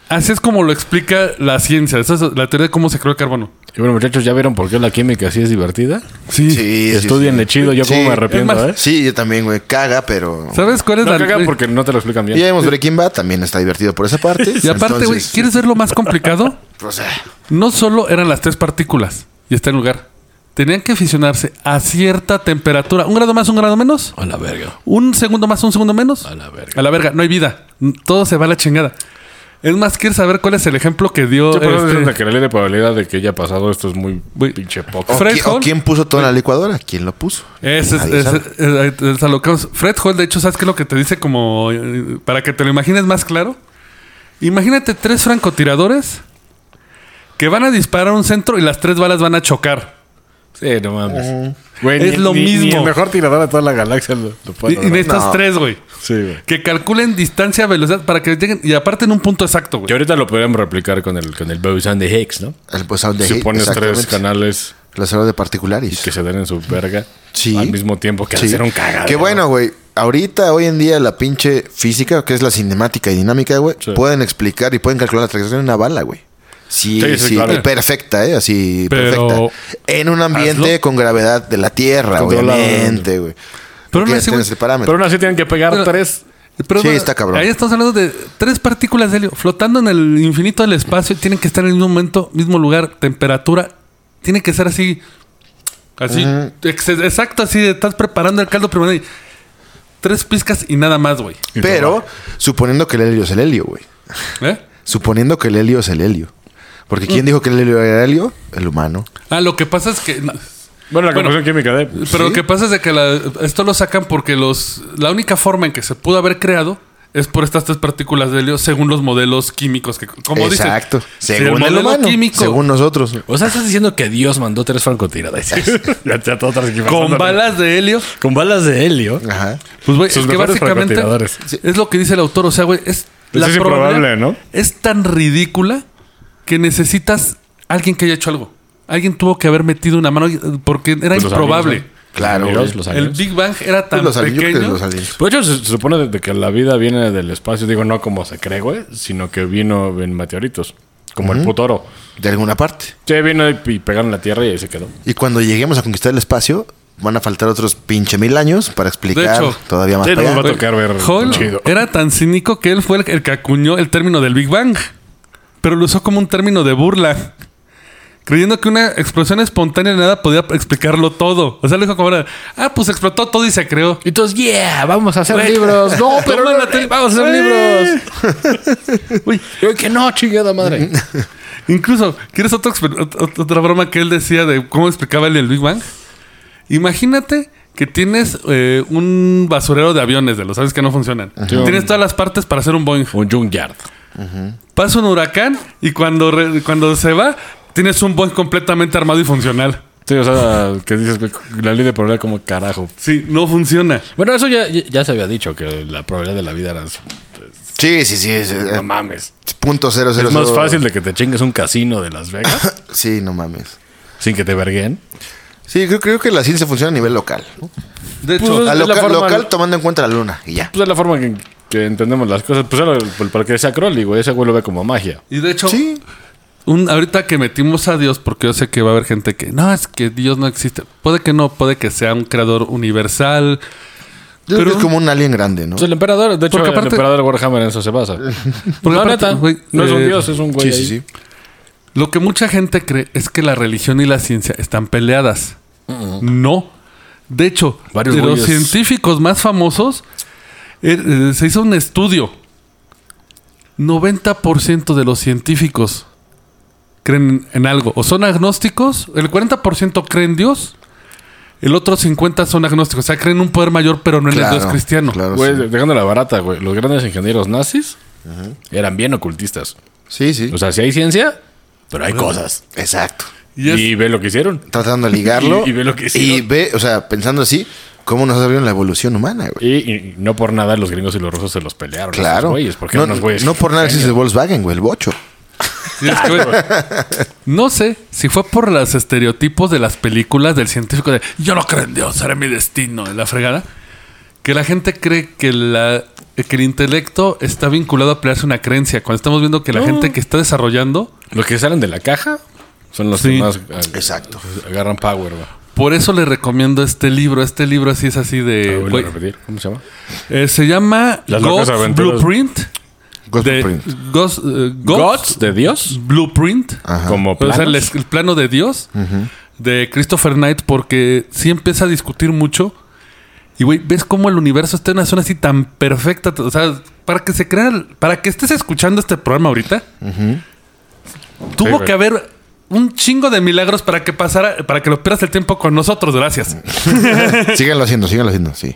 S2: Así es como lo explica la ciencia. Esa es la teoría de cómo se creó el carbono.
S4: Y bueno, muchachos, ¿ya vieron por qué la química sí es divertida?
S2: Sí.
S3: Sí, sí,
S4: Estudienle
S3: sí.
S4: chido, yo
S3: Sí.
S4: como me arrepiento,
S2: Es más,
S4: ¿eh?
S3: Sí, yo también, güey. Caga, pero.
S2: ¿Sabes cuál es la
S4: No caga
S2: eh,
S4: porque no te lo explican bien.
S3: Ya vemos Breaking Bad, también está divertido por esa parte.
S4: [laughs]
S2: Y aparte, güey,
S3: Entonces,
S2: ¿quieres ver lo más complicado?
S3: pues, eh,
S2: No solo eran las tres partículas y está en lugar. Tenían que fisionarse a cierta temperatura. ¿Un grado más, un grado menos?
S4: A la verga.
S2: Un segundo más, un segundo menos. A
S4: la verga.
S2: A la verga. No hay vida. Todo se va a la chingada. Es más, ¿quieres saber cuál es el ejemplo que dio
S4: Yo por eso
S2: este,
S4: dicen que la ley de probabilidad de que haya pasado esto es muy
S2: Güey.
S4: pinche
S3: o,
S4: poco.
S2: Fred
S3: qui- o
S2: Hall.
S3: quién puso toda la licuadora? ¿Quién lo puso?
S2: Ese es,
S3: Nadie
S2: ese-
S3: sabe.
S2: eh, eh, es a lo que vamos. Fred Hall, de hecho, ¿sabes qué es lo que te dice como... eh, Para que te lo imagines más claro? Imagínate tres francotiradores que van a disparar a un centro y las tres balas van a chocar.
S4: Sí, no mames. Güey,
S2: Es lo
S4: Ni
S2: mismo.
S4: el mejor tirador de toda la galaxia lo, lo
S2: Y, y
S4: puede lograr.
S2: necesitas
S3: No.
S2: tres, güey.
S4: Sí, güey.
S2: Que calculen distancia, velocidad para que lleguen... Y aparte en un punto exacto,
S4: Que
S2: güey.
S4: ahorita lo podrían replicar con el, con el Bobby de Higgs, ¿no?
S3: El pues, sound de
S4: Si
S3: hate,
S4: pones tres
S3: exactamente.
S4: canales
S3: Las horas de particulares.
S4: que se den en su verga
S3: Sí.
S4: al mismo tiempo que
S3: Sí.
S4: hacer un cagado.
S3: Qué bueno, güey. Ahorita, hoy en día, la pinche física, que es la cinemática y dinámica, güey,
S4: Sí.
S3: pueden explicar y pueden calcular la trayectoria de una bala, güey. Sí,
S4: Sí,
S3: sí,
S4: sí, claro.
S3: perfecta, ¿eh? Así,
S2: Pero-
S3: perfecta. En un ambiente
S2: hazlo.
S3: con gravedad de la Tierra,
S4: Controlado.
S3: obviamente, güey.
S2: Pero
S3: Porque
S2: no
S3: ya
S2: así,
S3: tienes
S2: güey.
S3: el parámetro.
S4: Pero aún así tienen que pegar
S2: Pero-
S4: tres.
S2: Pero,
S3: Sí, está cabrón.
S2: Ahí estamos hablando de tres partículas de helio flotando en el infinito del espacio. Tienen que estar en el mismo momento, mismo lugar, temperatura. Tiene que ser así. Así. ex- Exacto, así. de, Estás preparando el caldo primero. y Tres pizcas y nada más, güey.
S3: Pero, suponiendo que el helio es el helio, güey.
S2: ¿Eh?
S3: Suponiendo que el helio es el helio. Porque ¿quién dijo que el helio era helio? El humano.
S2: Ah, lo que pasa es que.
S4: Bueno, la
S2: Bueno.
S4: conclusión química
S6: ¿eh?
S4: de.
S2: Pero lo que pasa es de que la- esto lo sacan porque los la única forma en que se pudo haber creado es por estas tres partículas de helio según los modelos químicos que... Como dicen,
S3: Exacto.
S2: si el
S3: según el,
S2: modelo
S3: humano.
S2: químico-
S3: Según nosotros.
S4: O sea, estás diciendo que Dios mandó
S6: [laughs]
S4: tres francotiradores. ya te todo
S2: Con balas de helio.
S4: Con balas de helio.
S3: Ajá.
S2: Pues, güey,
S4: Sus
S2: es que
S4: mejores
S2: básicamente
S4: francotiradores.
S2: es lo que dice el autor. O sea, güey, es, la
S6: Pues es
S2: probabilidad
S6: improbable, ¿no?
S2: Es tan ridícula que necesitas alguien que haya hecho algo. Alguien tuvo que haber metido una mano eh, porque era
S6: Pues los
S2: improbable.
S6: aliens,
S3: Claro.
S4: Los,
S3: güey.
S4: los
S2: el
S4: aliens.
S2: Big Bang era tan
S3: Los aliens, yo creo que
S2: pequeño.
S3: los aliens.
S4: Pues,
S6: De hecho, se, se supone de- de que la vida viene del espacio, digo, no como se cree, güey, sino que vino en meteoritos, como el puto oro.
S3: De alguna parte.
S6: Sí, vino y, y pegaron la Tierra y ahí se quedó.
S3: Y cuando lleguemos a conquistar el espacio, van a faltar otros pinche mil años para explicar
S2: De hecho,
S3: todavía más.
S6: sí,
S3: para
S6: nos va a
S3: allá.
S2: Güey,
S6: tocar ver
S2: Hall
S6: chido.
S2: era tan cínico que él fue el, el que acuñó el término del Big Bang. Pero lo usó como un término de burla. Creyendo que una explosión espontánea de nada podía explicarlo todo. O sea, le dijo como era, ah, pues explotó todo y se creó.
S4: Y entonces, yeah, vamos a hacer libros. No, pero
S2: Toma
S4: no,
S2: la tele-
S4: vamos a hacer
S2: Oh, ¡Eh!
S4: libros. Uy, que no, chingada madre.
S2: Incluso, ¿quieres otra, otra broma que él decía de cómo explicaba él el Big Bang? Imagínate que tienes eh, un basurero de aviones, de los sabes que no funcionan. Tienes todas las partes para hacer un Boeing.
S4: Un Junkyard.
S2: Pasa un huracán y cuando, re- cuando se va, tienes un Boeing completamente armado y funcional.
S6: Sí, o sea, que dices, güey, la ley de probabilidad como carajo.
S2: Sí, no funciona.
S4: Bueno, eso ya, ya, ya se había dicho, que la probabilidad de la vida era...
S3: Sí, sí, sí. es,
S4: No
S3: eh,
S4: mames.
S3: punto cero, cero,
S4: Es más
S3: cero.
S4: fácil de que te chingues un casino de Las Vegas
S3: [laughs] Sí, no mames.
S4: sin que te verguen.
S3: Sí, creo, creo que la ciencia funciona a nivel local. ¿no?
S2: De
S6: Pues,
S2: hecho,
S6: es
S3: A
S6: la
S3: loca-
S6: forma-
S3: local tomando en cuenta la luna y ya.
S6: Pues es la forma que, que entendemos las cosas. Pues era el, el parque de Sacroli, güey. Ese güey lo ve como magia.
S2: y de hecho,
S3: Sí.
S2: un, ahorita que metimos a Dios, porque yo sé que va a haber gente que no, es que Dios no existe. Puede que no, puede que sea un creador universal.
S3: Yo creo que
S2: Pero-
S3: es como un alien grande, ¿no?
S6: Pues el emperador, de hecho,
S2: Porque
S6: el
S2: aparte-
S6: emperador Warhammer en eso se
S3: [laughs]
S6: basa.
S2: Porque
S6: no,
S2: aparte,
S6: neta,
S2: güey,
S6: no es un
S2: eh,
S6: dios, es un güey.
S3: Sí, sí,
S6: ahí.
S3: sí.
S2: Lo que mucha gente cree es que la religión y la ciencia están peleadas. No. De hecho,
S4: Varios
S2: de los
S4: güeyes.
S2: científicos más famosos, eh, eh, se hizo un estudio. 90% de los científicos creen en algo. O son agnósticos, el 40% creen en Dios, el otro 50% son agnósticos. O sea, creen en un poder mayor, pero no en el Dios cristiano.
S3: Claro,
S6: Güey,
S3: sí.
S6: dejando la barata, güey. Los grandes ingenieros nazis
S4: Eran bien ocultistas.
S3: Sí, sí.
S4: O sea, si hay ciencia, pero hay cosas.
S3: Exacto.
S2: Y es-
S6: y ve lo que hicieron.
S3: Tratando de ligarlo.
S4: Y- y ve lo que
S3: Y
S4: hicieron.
S3: ve, o sea, pensando así, cómo nos abrieron la evolución humana, güey.
S6: Y, y no por nada los gringos y los rusos se los pelearon. a esos
S3: Claro.
S6: güeyes, porque
S3: no,
S6: eran unos güeyes.
S3: no por nada existe el Volkswagen, güey, el bocho.
S2: Sí, es que, güey, no sé si fue por los estereotipos de las películas del científico de yo no creo en Dios, será mi destino, en la fregada, que la gente cree que, la, que el intelecto está vinculado a pelearse una creencia, cuando estamos viendo que la gente que está desarrollando,
S6: Los que salen de la caja son los
S2: Sí.
S6: que más ah,
S3: Exacto.
S6: agarran power, güey.
S2: por eso le recomiendo este libro, este libro así es así
S6: Lo
S2: de...
S6: Ah, vuelvo a
S2: güey,
S6: repetir. ¿Cómo se llama?
S2: eh, se llama
S6: Las
S2: God's
S6: locas aventuras.
S2: Blueprint.
S3: Ghost
S2: de-
S3: Print.
S2: God's, eh,
S6: Gods Pues
S2: God's
S6: de Dios.
S2: Blueprint.
S3: Ajá.
S6: Como
S2: O sea, el,
S6: planos.
S2: es- el plano de Dios de Christopher Knight, porque sí empieza a discutir mucho. Y güey, ves cómo el universo está en una zona así tan perfecta. O sea, para que se crea, el- para que estés escuchando este programa ahorita,
S6: Sí,
S2: tuvo
S6: güey.
S2: que haber un chingo de milagros para que pasara, para que lo pierdas el tiempo con nosotros. Gracias.
S3: Síganlo haciendo, síganlo haciendo, sí.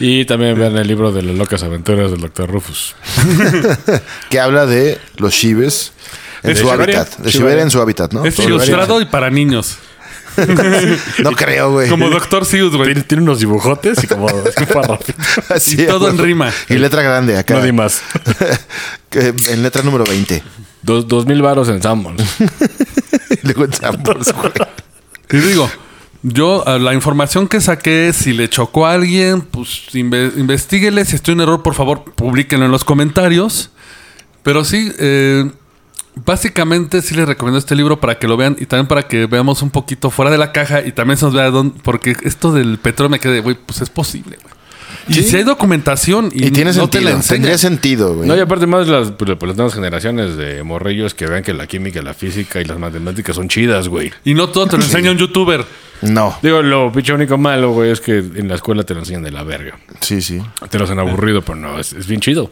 S6: Y también vean el libro de las locas aventuras del Dr. Rufus.
S3: Que habla de los chives en
S2: De
S3: su
S2: Shiberia.
S3: hábitat. De Shiberia en su hábitat, ¿no?
S2: es
S3: Todo-
S2: ilustrado y para niños,
S3: No creo, güey.
S2: como Doctor Seuss, güey.
S6: Tiene, tiene unos dibujotes y como
S3: [laughs]
S6: [laughs]
S3: Así,
S2: y todo en
S3: güey.
S2: rima.
S3: Y letra grande acá.
S6: No di más.
S3: [laughs] Que- en letra número [laughs] 20.
S6: Dos, dos mil varos en Salmon.
S3: [laughs] Y luego en Sambors, güey.
S2: Y digo, yo a la información que saqué, si le chocó a alguien, pues inve- investiguele. Si estoy en error, por favor, publíquenlo en los comentarios. Pero sí, eh, básicamente sí les recomiendo este libro para que lo vean y también para que veamos un poquito fuera de la caja y también se nos vea dónde, porque esto del petróleo me quedé, güey, pues es posible, güey. Y
S3: Sí.
S2: si hay documentación y,
S3: Y tiene
S2: no te la
S3: sentido.
S2: enseñan.
S3: Tendría sentido, güey.
S6: No, y aparte más las, pues, las nuevas generaciones de morrillos que vean que la química, la física y las matemáticas son chidas, güey.
S2: Y no todo te lo enseña un youtuber.
S3: No.
S6: Digo, lo pinche único malo, güey, es que en la escuela te lo enseñan de la verga.
S3: Sí, sí.
S6: Te lo hacen aburrido, pero no, es, es bien chido.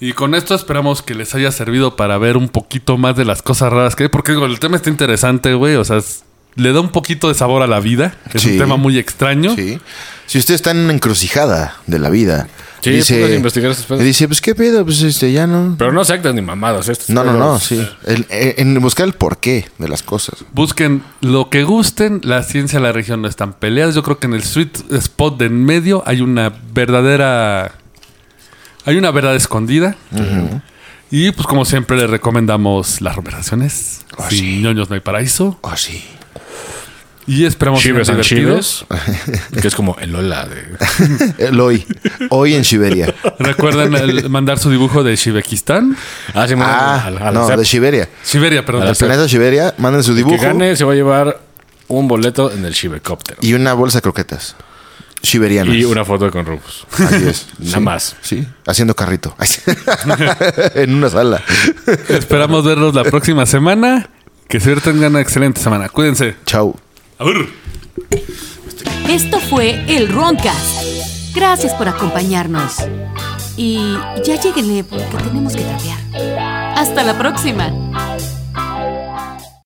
S2: Y con esto esperamos que les haya servido para ver un poquito más de las cosas raras que hay. Porque digo, el tema está interesante, güey. O sea, es- le da un poquito de sabor a la vida. Es
S3: Sí.
S2: un tema muy extraño.
S3: Sí. Si usted está en una encrucijada de la vida
S4: Sí, pongas a investigar esas
S3: y
S4: pedas.
S3: dice, pues qué pedo, pues este, ya no.
S4: Pero no sectas ni mamadas estas.
S3: No, no,
S4: pedas.
S3: no, sí.
S2: pues,
S3: El- eh, en, en buscar el porqué de las cosas.
S2: Busquen lo que gusten, la ciencia y la religión no están peleadas. Yo creo que en el sweet spot de en medio hay una verdadera. Hay una verdad escondida. Y pues, como siempre, les recomendamos las recomendaciones.
S3: Oh,
S2: Sin
S3: sí.
S2: ñoños no hay paraíso.
S3: Oh, sí.
S2: Y esperamos que
S4: Chives
S2: sean
S4: and
S2: divertidos.
S4: chives. Que es como el hola
S3: [laughs]
S4: de...
S3: El hoy. Eh, Hoy en Siberia.
S2: Recuerden el- mandar su dibujo de Shibekistán.
S4: Ah, sí,
S3: Ah,
S4: al- al
S3: no,
S4: CEP.
S3: de Siberia.
S2: Siberia, perdón.
S3: Del planeta Siberia, manden su
S4: Que
S3: dibujo
S4: gane se va a llevar un boleto en el Shivecóptero.
S3: y una bolsa de croquetas. Siberianas.
S4: Y una foto con Rufus.
S3: Así
S4: [laughs]
S3: es. [laughs]
S4: Nada
S3: Sí.
S4: más.
S3: Sí, haciendo carrito. [laughs] Ay, sí. en una sala.
S2: Esperamos verlos la próxima semana. Que se tengan una excelente semana. Cuídense.
S3: Chau.
S1: Esto fue el Roncast. Gracias por acompañarnos. eh, Y ya lleguenle porque tenemos que trapear. Hasta la próxima.